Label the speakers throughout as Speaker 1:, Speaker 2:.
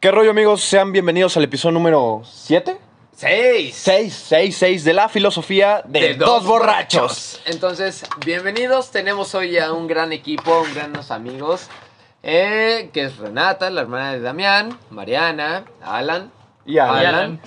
Speaker 1: ¿Qué rollo amigos? Sean bienvenidos al episodio número 7.
Speaker 2: ¡Seis!
Speaker 1: 6, 6, 6 de la filosofía de, dos, borrachos.
Speaker 2: Entonces, bienvenidos. Tenemos hoy a un gran equipo, un granos amigos. eh, que es Renata, la hermana de Damián, Mariana, Alan,
Speaker 1: Y a-
Speaker 2: Alan.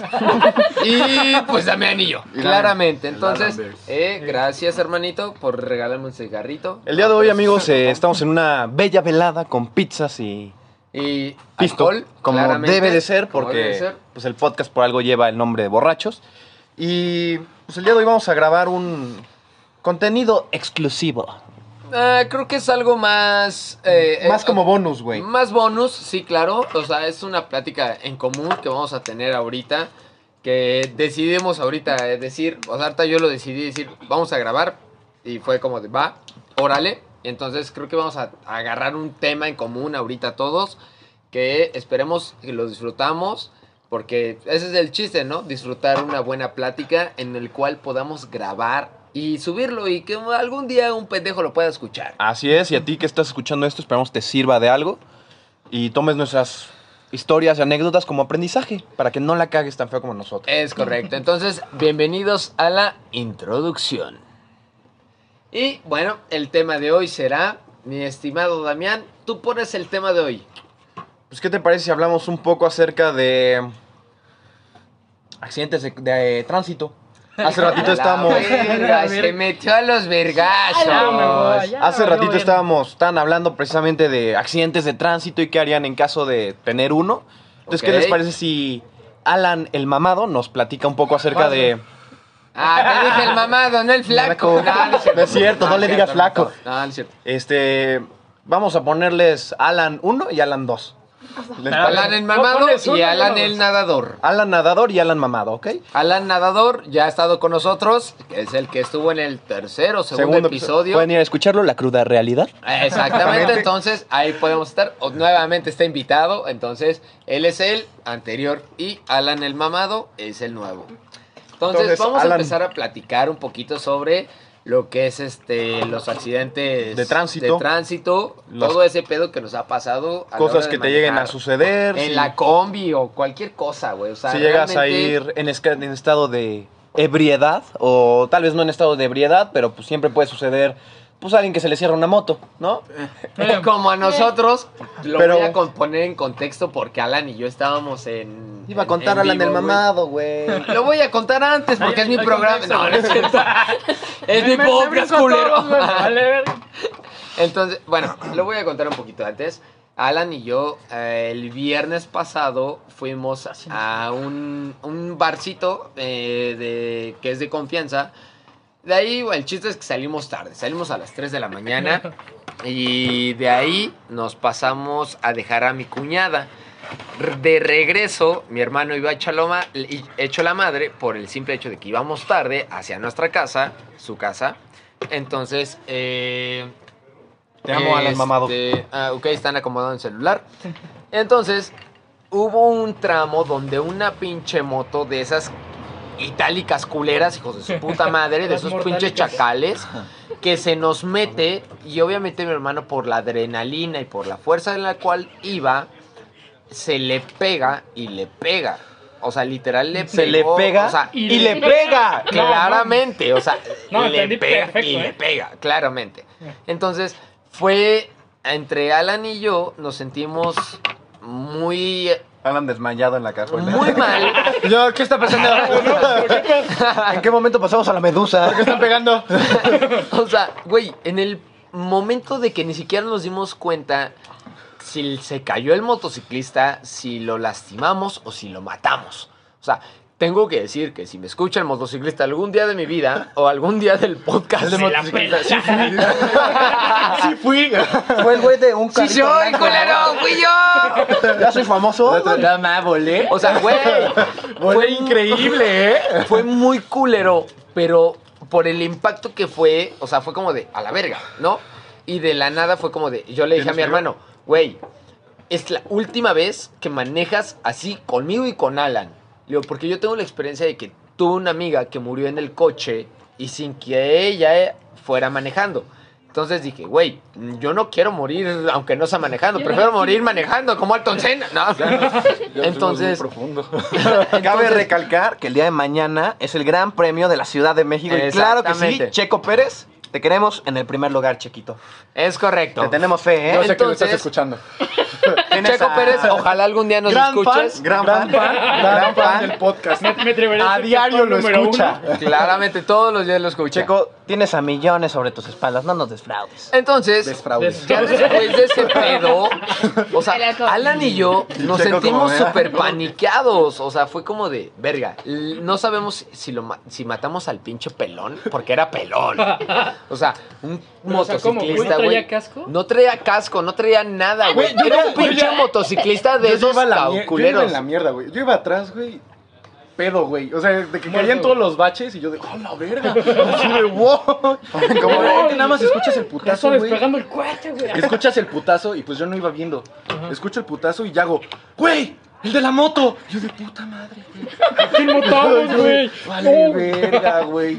Speaker 2: y pues Damián y yo. Claramente. Entonces, eh, gracias hermanito por regalarme un cigarrito. Pues,
Speaker 1: El día de hoy amigos eh, estamos en una bella velada con pizzas y
Speaker 2: Y
Speaker 1: pisto,
Speaker 2: alcohol,
Speaker 1: como
Speaker 2: claramente,
Speaker 1: debe de ser
Speaker 2: como
Speaker 1: porque
Speaker 2: debe de ser.
Speaker 1: pues el podcast por algo lleva el nombre de borrachos. Y pues el día de hoy vamos a grabar un contenido exclusivo.
Speaker 2: Ah, creo que es algo más... eh,
Speaker 1: Más
Speaker 2: eh,
Speaker 1: como bonus, güey.
Speaker 2: Más bonus, sí, claro. O sea, es una plática en común que vamos a tener ahorita. Que decidimos ahorita eh, decir, o sea, ahorita yo lo decidí decir, vamos a grabar. Y fue como de, va, órale. Y entonces creo que vamos a agarrar un tema en común ahorita todos. Que esperemos que lo disfrutamos. Porque ese es el chiste, ¿no? Disfrutar una buena plática en el cual podamos grabar y subirlo. Y que algún día un pendejo lo pueda escuchar.
Speaker 1: Así es, y a ti que estás escuchando esto, esperamos te sirva de algo y tomes nuestras historias y anécdotas como aprendizaje para que no la cagues tan feo como nosotros.
Speaker 2: Es correcto. Entonces, bienvenidos a la introducción. Y bueno, el tema de hoy será, mi estimado Damián, tú pones el tema de hoy.
Speaker 1: Pues, ¿qué te parece si hablamos un poco acerca de accidentes de, de eh, tránsito? Hace ratito
Speaker 2: La
Speaker 1: estábamos,
Speaker 2: verga, se metió a los vergazos.
Speaker 3: Ya me voy, ya
Speaker 1: hace
Speaker 3: me voy,
Speaker 1: ratito
Speaker 3: bien.
Speaker 1: estábamos, estaban hablando precisamente de accidentes de tránsito y qué harían en caso de tener uno. Entonces,
Speaker 2: Ok.
Speaker 1: ¿qué les parece si Alan el mamado nos platica un poco acerca
Speaker 3: Vale.
Speaker 1: de
Speaker 2: Ah, te dije el mamado, no el flaco.
Speaker 1: Flaco. No es cierto, no le digas flaco.
Speaker 2: No, no es cierto.
Speaker 1: Este. Vamos a ponerles Alan 1 y Alan 2. Les parece?
Speaker 2: Alan el mamado
Speaker 3: Ah, Pones uno,
Speaker 2: y Alan
Speaker 3: uno,
Speaker 2: el
Speaker 3: dos.
Speaker 2: nadador.
Speaker 1: Alan nadador y Alan mamado, ¿ok?
Speaker 2: Alan Nadador ya ha estado con nosotros, que es el que estuvo en el tercer o segundo, episodio.
Speaker 1: Pueden ir a escucharlo, La cruda realidad.
Speaker 2: Eh, Exactamente, entonces ahí podemos estar. O- nuevamente está invitado, entonces él es el anterior y Alan el mamado es el nuevo. Entonces,
Speaker 1: Entonces,
Speaker 2: vamos a
Speaker 1: Alan-
Speaker 2: empezar a platicar un poquito sobre lo que es este los accidentes
Speaker 1: De tránsito.
Speaker 2: de tránsito,
Speaker 1: Los-
Speaker 2: todo ese pedo que nos ha pasado, a la hora
Speaker 1: Cosas
Speaker 2: de
Speaker 1: que te lleguen a
Speaker 2: manejar.
Speaker 1: suceder.
Speaker 2: en
Speaker 1: si,
Speaker 2: la combi o cualquier cosa, güey. O sea,
Speaker 1: si llegas a
Speaker 2: realmente-
Speaker 1: ir en, esca- en estado de ebriedad, o tal vez no en estado de ebriedad, pero pues siempre puede suceder, pues a alguien que se le cierra una moto, ¿no?
Speaker 3: Eh,
Speaker 2: Como a nosotros, lo
Speaker 1: Pero-
Speaker 2: voy a con- poner en contexto porque Alan y yo estábamos en.
Speaker 1: Iba a
Speaker 2: en-
Speaker 1: contar
Speaker 2: en
Speaker 1: Alan
Speaker 2: vivo,
Speaker 1: el
Speaker 2: güey.
Speaker 1: mamado, güey.
Speaker 2: Lo voy a contar antes porque
Speaker 3: Ay,
Speaker 2: es mi
Speaker 3: ay,
Speaker 2: programa.
Speaker 3: contexto.
Speaker 2: No, no es cierto. Es mi
Speaker 3: me- me
Speaker 2: podcast,
Speaker 3: brinco
Speaker 2: culero.
Speaker 3: todos, güey. Vale, verga.
Speaker 2: Entonces, bueno, lo voy a contar un poquito antes. Alan y yo eh, el viernes pasado fuimos a un, un barcito eh, de, que es de confianza. De ahí, bueno, el chiste es que salimos tarde. Salimos a las 3 de la mañana y de ahí nos pasamos a dejar a mi cuñada. De regreso, mi hermano iba a Chaloma, y hecho la madre por el simple hecho de que íbamos tarde hacia nuestra casa, su casa. Entonces, eh,
Speaker 1: Te amo, Alan
Speaker 2: este,
Speaker 1: mamado.
Speaker 2: ah, ok, están acomodados en celular. Entonces, hubo un tramo donde una pinche moto de esas itálicas culeras, hijos de su puta madre, de
Speaker 3: Las
Speaker 2: esos pinches
Speaker 3: mortálicas.
Speaker 2: chacales, que se nos mete. Y obviamente mi hermano, por la adrenalina y por la fuerza en la cual iba, se le pega y le pega. O sea, literal le
Speaker 1: Se le
Speaker 2: pegó,
Speaker 1: pega
Speaker 2: o sea,
Speaker 1: y,
Speaker 3: y
Speaker 1: le
Speaker 3: le-
Speaker 1: pega.
Speaker 3: No,
Speaker 2: claramente, o sea,
Speaker 3: No,
Speaker 2: le
Speaker 3: entendí
Speaker 2: pega
Speaker 3: perfecto,
Speaker 2: y le
Speaker 3: ¿eh?
Speaker 2: pega, claramente. Entonces, fue entre Alan y yo nos sentimos muy
Speaker 1: Alan desmayado en la cajuela.
Speaker 2: muy mal.
Speaker 1: Yo, ¿qué está pasando? ¿En qué momento pasamos a la medusa? ¿Por qué están pegando?
Speaker 2: O sea, güey, en el momento de que ni siquiera nos dimos cuenta si se cayó el motociclista, si lo lastimamos o si lo matamos. O sea, tengo que decir que si me escucha el motociclista algún día de mi vida o algún día del podcast
Speaker 3: Se la
Speaker 2: sí,
Speaker 1: Sí fui. Fue el güey de un
Speaker 2: sí,
Speaker 1: carrito
Speaker 2: soy,
Speaker 1: blanco.
Speaker 2: culero, fui yo.
Speaker 1: Ya soy famoso.
Speaker 2: volé. O sea, güey. fue increíble, ¿eh? Fue muy culero, pero por el impacto que fue, o sea, fue como de a la verga, ¿no? Y de la nada fue como de. Yo le dije a mi hermano, güey, es la última vez que manejas así conmigo y con Alan. Le digo, porque yo tengo la experiencia de que tuve una amiga que murió en el coche y sin que ella eh, fuera manejando. Entonces dije, güey, yo no quiero morir aunque no sea manejando,
Speaker 3: Yo
Speaker 2: prefiero
Speaker 3: no
Speaker 2: morir
Speaker 3: quiero.
Speaker 2: manejando como Alton Senna. No, Entonces-
Speaker 4: Muy profundo.
Speaker 1: Cabe
Speaker 2: Entonces-
Speaker 1: recalcar que el día de mañana es el Gran Premio de la Ciudad de México. Y claro que sí,
Speaker 2: Exactamente.
Speaker 1: Checo Pérez, te queremos en el primer lugar, Chequito.
Speaker 2: es correcto.
Speaker 1: Te tenemos fe, ¿eh?
Speaker 4: Yo sé que lo estás
Speaker 2: Entonces-
Speaker 4: escuchando.
Speaker 1: Tienes
Speaker 2: Checo
Speaker 1: a-
Speaker 2: Pérez, ojalá algún día nos
Speaker 1: gran
Speaker 2: escuches.
Speaker 1: fan, gran, fan,
Speaker 4: Gran fan del podcast.
Speaker 3: Me, me atrevería
Speaker 1: A
Speaker 3: decir que
Speaker 1: diario
Speaker 3: fan
Speaker 1: lo
Speaker 3: número
Speaker 1: escucha.
Speaker 3: uno.
Speaker 2: Claramente todos los días lo escuché.
Speaker 1: Checo, tienes a millones sobre tus espaldas, no nos desfraudes.
Speaker 2: Entonces,
Speaker 4: Desfraudes.
Speaker 2: Ya después de ese pedo, o sea, Alan y yo nos
Speaker 1: Checo como
Speaker 2: sentimos
Speaker 1: me da.
Speaker 2: súper paniqueados. O sea, fue como de, verga, l- no sabemos si, lo ma- si matamos al pinche pelón, porque era pelón. O sea, un
Speaker 3: Pero, o sea, ¿cómo? ¿Güey,
Speaker 2: motociclista,
Speaker 3: traía
Speaker 2: güey.
Speaker 3: casco? Ah,
Speaker 2: No traía casco, no traía nada, güey.
Speaker 4: Güey, yo
Speaker 2: Era
Speaker 4: iba-
Speaker 2: un pinche
Speaker 4: yo iba-
Speaker 2: motociclista de
Speaker 4: Yo
Speaker 2: esos
Speaker 4: iba en la mier- Yo iba
Speaker 2: cauculeros.
Speaker 4: en la mierda, güey. Yo iba atrás, güey. Pedo, güey. O sea, de que
Speaker 3: Muerto,
Speaker 4: caían
Speaker 3: güey.
Speaker 4: todos los baches y yo de, ¡oh, la verga! Así de, wow. Como
Speaker 3: Ay,
Speaker 4: que nada más escuchas el
Speaker 3: Ya
Speaker 4: putazo,
Speaker 3: estaba
Speaker 4: güey.
Speaker 3: despegando el cohete, güey.
Speaker 4: Escuchas el putazo y pues yo no iba viendo. Escucho el putazo y ya hago, ¡güey! ¡El de la moto! Yo de puta madre, güey.
Speaker 3: ¿Quién matamos, güey?
Speaker 4: Vale,
Speaker 3: Oh,
Speaker 4: verga, güey.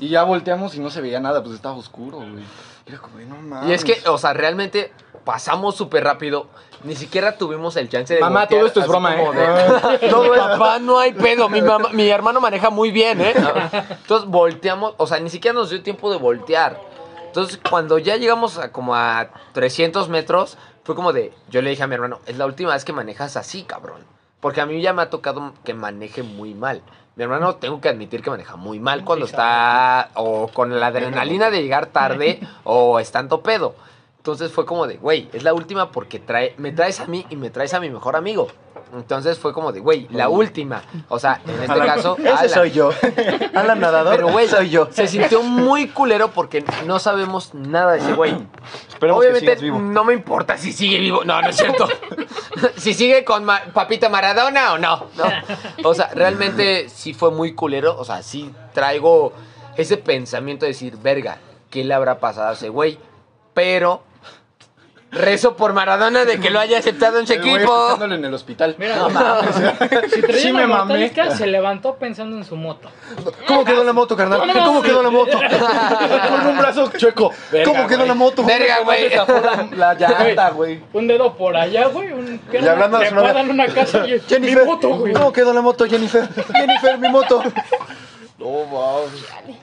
Speaker 4: Y ya volteamos y no se veía nada, pues estaba oscuro, güey. Era como, de, no mames.
Speaker 2: Y es que, o sea, realmente pasamos súper rápido. Ni siquiera tuvimos el chance de.
Speaker 4: Mamá, todo esto es
Speaker 2: así
Speaker 4: broma,
Speaker 2: como
Speaker 4: ¿eh?
Speaker 2: de, Todo es- Papá, no hay pedo. Mi, mamá- mi hermano maneja muy bien, ¿eh? Entonces volteamos, o sea, ni siquiera nos dio tiempo de voltear. Entonces, cuando ya llegamos a como a 300 metros, fue como de. Yo le dije a mi hermano, es la última vez que manejas así, cabrón. Porque a mí ya me ha tocado que maneje muy mal. Mi hermano, tengo que admitir que maneja muy mal cuando está o con la adrenalina de llegar tarde o estando pedo. Entonces fue como de, güey, es la última porque trae, me traes a mí y me traes a mi mejor amigo. Entonces fue como de, güey, la última. O sea, en este caso.
Speaker 1: Ese
Speaker 2: Alan.
Speaker 1: soy yo. Alan nadador,
Speaker 2: Pero, güey,
Speaker 1: soy yo.
Speaker 2: Se sintió muy culero porque no sabemos nada de ese güey.
Speaker 1: Esperemos que
Speaker 2: Obviamente,
Speaker 1: sigas vivo.
Speaker 2: no me importa si sigue vivo. No, no es cierto. si sigue con Ma- Papita Maradona o no, no. O sea, realmente sí fue muy culero. O sea, sí traigo ese pensamiento de decir, verga, ¿qué le habrá pasado a ese güey? Pero rezo por Maradona de que lo haya aceptado en su
Speaker 4: El güey
Speaker 2: equipo.
Speaker 4: escuchándolo en el hospital.
Speaker 3: Mira, si traía
Speaker 4: Sí
Speaker 3: una
Speaker 4: me mamé.
Speaker 3: mortalisca, se levantó pensando en su moto.
Speaker 4: ¿Cómo quedó la moto, carnal? ¿Cómo quedó la moto? Con un brazo chueco. ¿Cómo quedó la moto?
Speaker 2: Verga, güey.
Speaker 4: La llanta, güey.
Speaker 3: Un dedo por allá, güey. Un
Speaker 4: Y hablando de
Speaker 3: le
Speaker 4: su
Speaker 3: fue a
Speaker 4: novia.
Speaker 3: dar una casa y mi
Speaker 4: Jennifer,
Speaker 3: moto, güey.
Speaker 4: ¿cómo quedó la moto, Jennifer? Jennifer, mi moto. No, mames.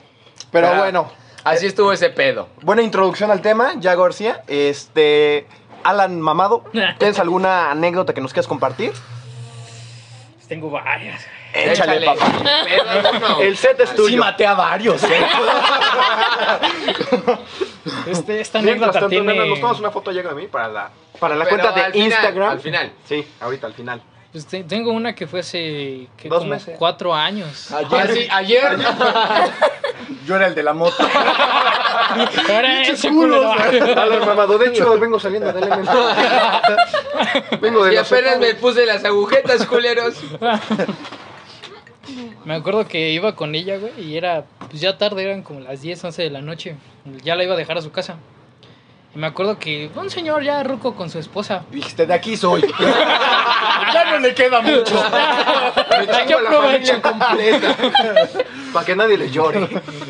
Speaker 4: Pero
Speaker 2: Ah.
Speaker 4: bueno,
Speaker 2: Así estuvo ese pedo.
Speaker 1: Buena introducción al tema, ya García. Este. Alan Mamado, ¿tienes alguna anécdota que nos quieras compartir?
Speaker 3: Tengo varias.
Speaker 1: Échale, papá.
Speaker 2: Pedo uno.
Speaker 1: El set es tuyo. Sí, maté a varios.
Speaker 3: Este, esta
Speaker 4: mientras
Speaker 3: anécdota
Speaker 4: tanto,
Speaker 3: tiene...
Speaker 4: nena, nos tomamos una foto, llega a mí, para la,
Speaker 1: Para la
Speaker 2: Pero
Speaker 1: cuenta de
Speaker 2: al final,
Speaker 1: Instagram.
Speaker 2: al final.
Speaker 1: Sí, ahorita, al final.
Speaker 3: Pues te- tengo una que fue hace ¿qué?
Speaker 1: Dos
Speaker 3: como
Speaker 1: meses.
Speaker 3: cuatro años.
Speaker 2: Ah, sí, ayer.
Speaker 4: Yo era el de la moto.
Speaker 3: Ahora ese culo.
Speaker 4: Alan mamado. De hecho, vengo saliendo del elemento. Vengo de
Speaker 2: Y
Speaker 4: la
Speaker 2: apenas me puse las agujetas, culeros.
Speaker 3: Me acuerdo que iba con ella, güey, y era, pues ya tarde, eran como las 10, 11 de la noche. Ya la iba a dejar a su casa. Y me acuerdo que un señor ya ruco con su esposa.
Speaker 4: Dijiste, de aquí soy. ya no le queda mucho.
Speaker 2: Me chingo la familia completa.
Speaker 4: Para que nadie le llore.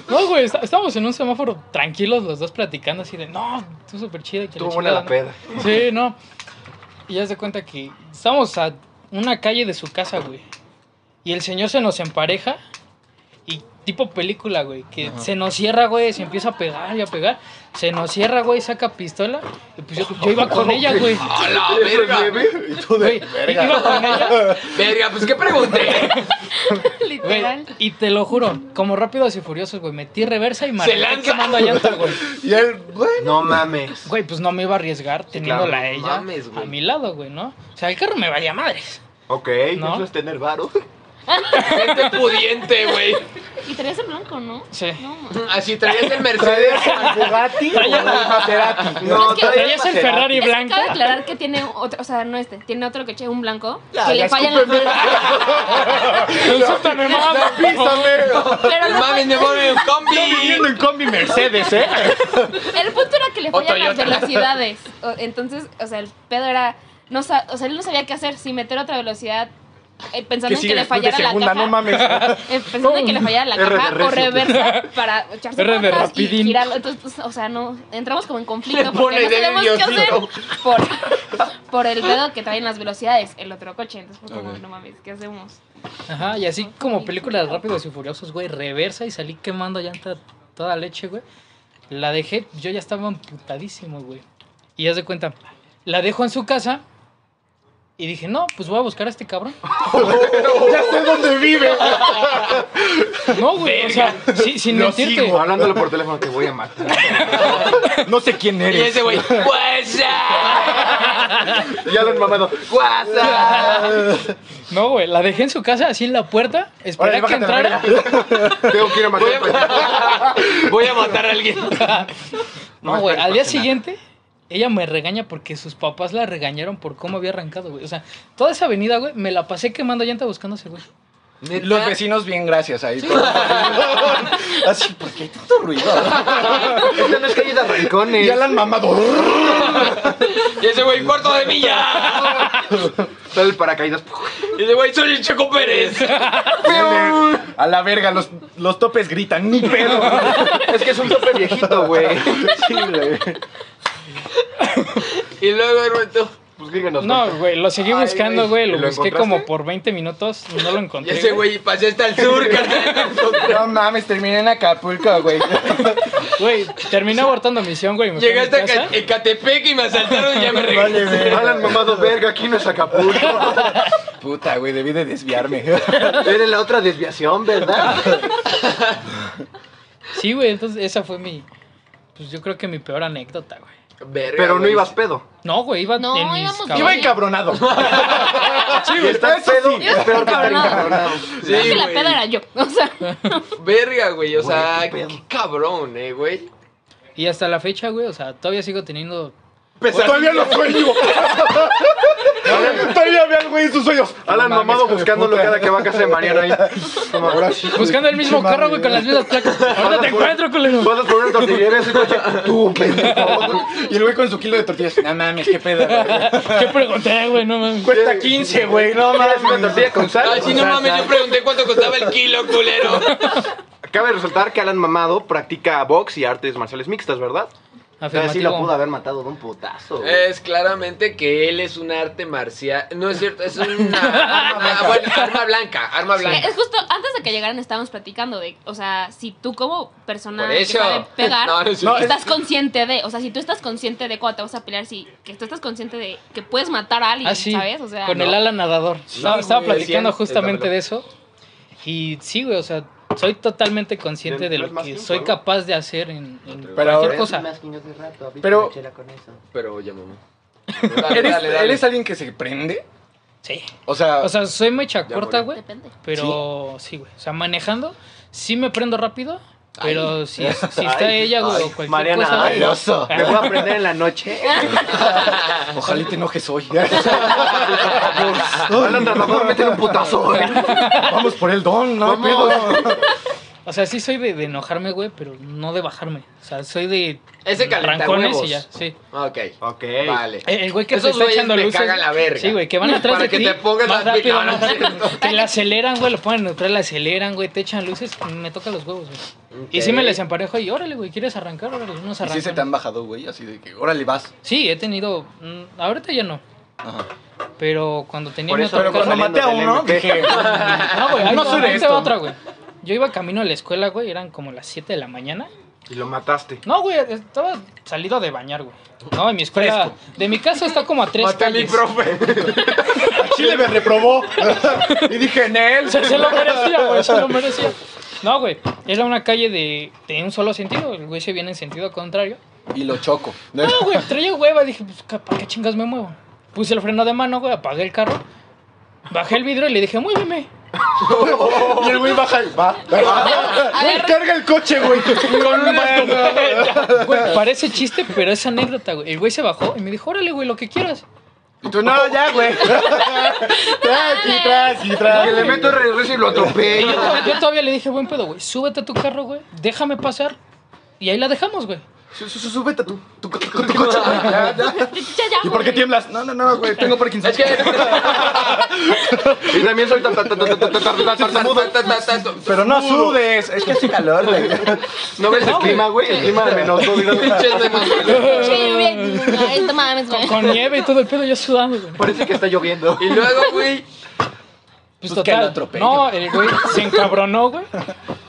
Speaker 3: No, güey, está- estábamos en un semáforo tranquilos los dos platicando así de, no, tú súper chida. y que la
Speaker 4: Tuvo buena la
Speaker 3: chingada,
Speaker 4: peda.
Speaker 3: ¿no?". Sí, no. Y ya se cuenta que estamos a una calle de su casa, güey. Y el señor se nos empareja. Y tipo película, güey. Que se nos cierra, güey. Se empieza a pegar y a pegar. Se nos cierra, güey. Saca pistola. Y pues yo, yo iba con ella, güey.
Speaker 2: A la verga.
Speaker 4: Y tú
Speaker 3: Güey,
Speaker 4: de
Speaker 3: iba con ella.
Speaker 2: Verga, pues qué pregunté.
Speaker 3: güey,
Speaker 5: Literal.
Speaker 3: y te lo juro, como rápidos y furiosos, güey. Metí reversa y marqué
Speaker 2: lanza.
Speaker 3: quemando llanta, güey.
Speaker 4: Y él, güey.
Speaker 1: No mames.
Speaker 3: Güey, pues no me iba a arriesgar teniéndola
Speaker 2: claro,
Speaker 3: a
Speaker 2: no
Speaker 3: ella
Speaker 2: mames, güey.
Speaker 3: a mi lado, güey, ¿no? O sea, el carro me valía madres.
Speaker 1: Ok,
Speaker 3: ¿No?
Speaker 1: eso es tener varo.
Speaker 2: Gente pudiente, güey.
Speaker 5: Y traías el blanco, ¿no?
Speaker 3: Sí.
Speaker 5: No, ma.
Speaker 2: Así traías el Mercedes.
Speaker 1: Bugatti o el
Speaker 4: Ah,
Speaker 1: Maserati?
Speaker 5: No, es que-
Speaker 1: traía
Speaker 3: Traías el
Speaker 1: Maserati.
Speaker 3: Ferrari
Speaker 5: Es que
Speaker 3: blanco.
Speaker 5: Cabe aclarar que tiene otro, o sea, no este, tiene otro coche, un blanco,
Speaker 1: Ya,
Speaker 5: que
Speaker 1: ya
Speaker 5: le fallan las ruedas.
Speaker 3: Insúltame, mamá.
Speaker 5: Pero no
Speaker 2: Mames,
Speaker 5: fue-
Speaker 2: me voy en combi.
Speaker 4: en combi Mercedes, ¿eh?
Speaker 5: el punto era que le
Speaker 2: Otro
Speaker 5: fallan las
Speaker 2: y otra.
Speaker 5: velocidades. O- entonces, o sea, el pedo era, no, sa- o sea, él no sabía qué hacer, si meter otra velocidad eh, pensando en que le
Speaker 4: Club de
Speaker 5: fallara la
Speaker 4: segunda,
Speaker 5: caja.
Speaker 4: no mames.
Speaker 5: eh, pensando en que le fallara la
Speaker 4: R de
Speaker 5: caja o
Speaker 4: recio.
Speaker 5: reversa para echarse
Speaker 3: R de
Speaker 5: para atrás y
Speaker 3: rapidín.
Speaker 5: girarlo. Entonces, pues, o sea, no entramos como en conflicto
Speaker 2: Le
Speaker 5: porque
Speaker 2: pone
Speaker 5: no sabemos
Speaker 2: David
Speaker 5: qué hacer
Speaker 2: Diosito.
Speaker 5: por, por el pedo que traen las velocidades el otro coche. Entonces fue como,
Speaker 6: Ok.
Speaker 5: no mames, ¿qué hacemos?
Speaker 3: Ajá, y así como películas rápidos y furiosos, güey, reversa y salí quemando llanta toda leche, güey. La dejé, yo ya estaba amputadísimo, güey. Y haz de cuenta, la dejo en su casa y dije, no, pues voy a buscar a este cabrón.
Speaker 4: ya sé dónde vive.
Speaker 3: No, güey, o sea, sí- sin
Speaker 4: Lo
Speaker 3: mentirte.
Speaker 4: sigo hablándole por teléfono, te voy a matar. No sé quién
Speaker 2: Y
Speaker 4: eres.
Speaker 2: ese güey, WhatsApp,
Speaker 4: Ya lo han mamado.
Speaker 2: WhatsApp.
Speaker 3: No, güey, la dejé en su casa, así en la puerta, esperé
Speaker 4: Órale,
Speaker 3: a que
Speaker 4: bájate a la
Speaker 3: entrara.
Speaker 4: verga. Tengo que ir a
Speaker 2: Voy
Speaker 4: matar.
Speaker 2: a, voy a matar a alguien.
Speaker 3: No, güey, al día siguiente ella me regaña porque sus papás la regañaron por cómo había arrancado, güey. O sea, toda esa avenida, güey, me la pasé quemando llanta buscándose, güey.
Speaker 6: Los vecinos, bien, gracias ahí. Así, ¿por qué hay tanto ruido?
Speaker 4: Esta no es calle de rincones. Ya la han mamado.
Speaker 2: Y ese güey, cuarto de milla.
Speaker 4: Sale el paracaídas.
Speaker 2: Y ese güey, soy el Checo Pérez.
Speaker 4: A la verga, los, los topes gritan, ni pedo.
Speaker 2: Es que es un tope viejito, güey.
Speaker 4: Sí, güey.
Speaker 2: Y luego, Hermeto.
Speaker 4: Pues díganos.
Speaker 3: No, güey, lo seguí
Speaker 2: Ay,
Speaker 3: buscando,
Speaker 2: güey.
Speaker 3: güey. Lo,
Speaker 4: ¿Y lo
Speaker 3: busqué
Speaker 4: encontraste?
Speaker 3: como por 20 minutos, no lo
Speaker 2: Y
Speaker 3: encontré.
Speaker 2: ese güey, pasé hasta el sur, carnal.
Speaker 6: No mames, terminé en Acapulco, güey.
Speaker 3: Güey, terminé abortando misión, güey. me fui a mi
Speaker 2: Llegué hasta
Speaker 3: casa.
Speaker 2: Ca- Ecatepec y me asaltaron y ya me regresé.
Speaker 4: Ya la han mamado, verga, aquí no es Acapulco.
Speaker 6: Puta, güey, debí de desviarme.
Speaker 4: Eres la otra desviación, ¿verdad?
Speaker 3: Sí, güey, entonces esa fue mi. Pues yo creo que mi peor anécdota, güey.
Speaker 2: Verga,
Speaker 4: Pero no
Speaker 2: güey.
Speaker 4: ibas pedo.
Speaker 3: No, güey, iba
Speaker 5: No,
Speaker 3: en mis
Speaker 5: íbamos
Speaker 3: caballos.
Speaker 6: Iba encabronado.
Speaker 4: Y estás pedo,
Speaker 5: Yo
Speaker 4: es peor que estar
Speaker 5: encabronado.
Speaker 4: encabronado.
Speaker 2: Sí,
Speaker 5: Creo que la
Speaker 2: güey.
Speaker 5: peda era yo. O sea,
Speaker 2: Verga, güey. O
Speaker 4: Güey,
Speaker 2: sea,
Speaker 4: qué pedo.
Speaker 2: qué cabrón, eh, güey.
Speaker 3: Y hasta la fecha, güey, o sea, todavía sigo teniendo.
Speaker 4: Todavía lo sueño. Todavía ve al güey en sus sueños. Alan
Speaker 6: mames,
Speaker 4: mamado
Speaker 6: hijo de
Speaker 4: buscándolo
Speaker 6: puta.
Speaker 4: cada que va a casa de Mariana ahí. Como,
Speaker 6: Ahora sí.
Speaker 3: Buscando el mismo
Speaker 6: Pinche
Speaker 3: carro, güey, con las
Speaker 6: madre.
Speaker 3: mismas placas. Ahorita te encuentro, culero.
Speaker 4: Pasas por una tortillería ese coche. Tú, pendejo.
Speaker 6: Y el güey con su kilo de tortillas. No mames, qué pedo. güey.
Speaker 3: ¿Qué pregunté, güey? No mames.
Speaker 6: Cuesta 15, güey, no
Speaker 4: ¿Quieres una
Speaker 6: mames.
Speaker 4: tortilla con sal?
Speaker 2: Ay, sí, no
Speaker 4: Con
Speaker 2: mames,
Speaker 4: sal.
Speaker 2: yo pregunté cuánto costaba el kilo, culero.
Speaker 4: Cabe resaltar que Alan Mamado practica box y artes marciales mixtas, ¿verdad? O sea, sí lo pudo
Speaker 3: Afirmativo.
Speaker 4: haber matado de un putazo. güey.
Speaker 2: Es claramente que él es un arte marcial. No es cierto, es una arma, Ah, bueno, arma blanca, arma
Speaker 5: es que
Speaker 2: blanca.
Speaker 5: es eh, justo antes de que llegaran estábamos platicando de, o sea, si tú como persona
Speaker 2: Por
Speaker 5: que
Speaker 2: eso.
Speaker 5: sabe pegar,
Speaker 2: No, no es cierto.
Speaker 5: estás consciente de, o sea, si tú estás consciente de cuándo te vas a pelear, si que tú estás consciente de que puedes matar a alguien,
Speaker 3: Ah, sí,
Speaker 5: ¿sabes? O sea,
Speaker 3: con el
Speaker 5: no.
Speaker 3: ala nadador. estaba,
Speaker 2: güey,
Speaker 3: estaba platicando
Speaker 2: decían,
Speaker 3: justamente
Speaker 2: dámelo.
Speaker 3: de eso. Y sí, güey, o sea, soy totalmente consciente
Speaker 4: Bien,
Speaker 3: de
Speaker 4: no es
Speaker 3: lo
Speaker 4: más
Speaker 3: que
Speaker 4: tiempo,
Speaker 3: soy
Speaker 4: ¿no?
Speaker 3: capaz de hacer en, en
Speaker 2: Pero
Speaker 6: ahora
Speaker 3: cualquier
Speaker 6: es
Speaker 3: cosa.
Speaker 6: Pero,
Speaker 2: Pero ya, mamá.
Speaker 6: ¿eres, ¿eres alguien que se prende?
Speaker 3: Sí.
Speaker 6: O sea,
Speaker 3: O sea, soy mecha
Speaker 2: Ya
Speaker 3: corta,
Speaker 2: morí.
Speaker 3: güey.
Speaker 5: Depende.
Speaker 3: Pero sí, güey. o sea, manejando, sí me prendo rápido. Pero si, si está
Speaker 4: Ay,
Speaker 3: ella, güey,
Speaker 4: ay,
Speaker 3: o cualquier
Speaker 4: Mariana,
Speaker 3: cosa.
Speaker 4: ay,
Speaker 6: el oso.
Speaker 4: Me voy a aprender en la noche.
Speaker 6: Ojalá y te enojes hoy.
Speaker 4: Alan Ramón, métele un putazo. güey.
Speaker 6: Vamos por el don, no hay pedo.
Speaker 3: O sea, sí soy de, de enojarme, güey, pero no de bajarme. O sea, soy de
Speaker 2: Ese
Speaker 3: rancones
Speaker 2: calentahuevos.
Speaker 3: y ya, sí.
Speaker 2: Ok.
Speaker 4: Ok.
Speaker 2: Vale.
Speaker 3: El, el güey que
Speaker 2: Esos
Speaker 3: te está
Speaker 2: güeyes
Speaker 3: echando
Speaker 2: me
Speaker 3: luces.
Speaker 2: cagan la verga.
Speaker 3: Sí, güey, que van atrás
Speaker 2: Para
Speaker 3: de
Speaker 2: que
Speaker 3: ti,
Speaker 2: te pongas
Speaker 3: más
Speaker 2: las
Speaker 3: rápido,
Speaker 2: pilas.
Speaker 3: más rápido. Te la aceleran, güey, lo ponen neutral, la aceleran, güey, te echan luces, me toca los huevos, güey. Y si me les emparejo y órale, güey, ¿quieres arrancar? Órale, unos
Speaker 6: Y sí
Speaker 3: arrancan.
Speaker 6: se te han bajado, güey, así de que, órale, vas.
Speaker 3: Sí, he tenido. mm, ahorita ya no.
Speaker 6: Ajá.
Speaker 3: Pero cuando tenía
Speaker 4: Por
Speaker 3: mi
Speaker 4: eso,
Speaker 3: otra
Speaker 4: pero
Speaker 3: cosa-
Speaker 4: cuando maté a uno,
Speaker 6: dije,
Speaker 3: No, güey, ahí
Speaker 6: No
Speaker 3: te-
Speaker 6: soy de
Speaker 3: ahí te
Speaker 6: esto.
Speaker 3: va otra, güey. Yo iba camino a la escuela, güey, eran como las 7 de la mañana.
Speaker 4: Y lo mataste.
Speaker 3: No, güey, estaba salido de bañar, güey. No, de mi escuela. De mi casa está como a tres
Speaker 2: Maté a mi
Speaker 3: calles.
Speaker 2: profe.
Speaker 6: Chile me reprobó. Y dije, Nel.
Speaker 3: se, se lo merecía, güey, se lo merecía. No, güey, era una calle de, de un solo sentido. El güey se viene en sentido contrario.
Speaker 6: Y lo choco.
Speaker 3: No, güey, traía hueva. Dije, pues, ca- ¿para qué chingas me muevo? Puse el freno de mano, güey, apagué el carro. Bajé el vidrio y le dije, muéveme.
Speaker 6: Y el güey baja y va. Güey, carga el coche, güey. Con
Speaker 3: Güey, parece chiste, pero es anécdota, güey. El güey se bajó y me dijo, órale, güey, lo que quieras.
Speaker 6: Y tú, no, ya, güey. Tranqui, tranqui,
Speaker 4: Que le
Speaker 6: tranqui.
Speaker 4: meto el regreso y lo
Speaker 3: Y yo,
Speaker 4: atropello.
Speaker 3: yo todavía le dije, buen pedo, güey, súbete a tu carro, güey, déjame pasar. Y ahí la dejamos, güey.
Speaker 4: Sú- sú- sú- Súbete a tu, tu, co- co- tu coche, güey. Ya, ya.
Speaker 5: Ya, ya,
Speaker 4: ¿Y por qué
Speaker 5: güey.
Speaker 4: tiemblas? No, no, no, güey. Tengo Parkinson.
Speaker 2: Es que. y también soy. ta- ta- ta- ta- ta- ta- ta- ta- ta- ta- ta- ta- ta-
Speaker 4: Pero no sudes. Es que hace calor, güey.
Speaker 2: ¿No ves el clima, güey? El clima de menos dos grados. Pinches menos dos grados.
Speaker 5: Che, güey, ay, no mames, güey.
Speaker 3: Con nieve y todo el pedo, yo sudando, güey.
Speaker 4: Parece que está lloviendo.
Speaker 2: Y luego, güey.
Speaker 3: Pues,
Speaker 4: que
Speaker 3: total.
Speaker 4: lo atropello.
Speaker 3: no, el güey se encabronó, güey.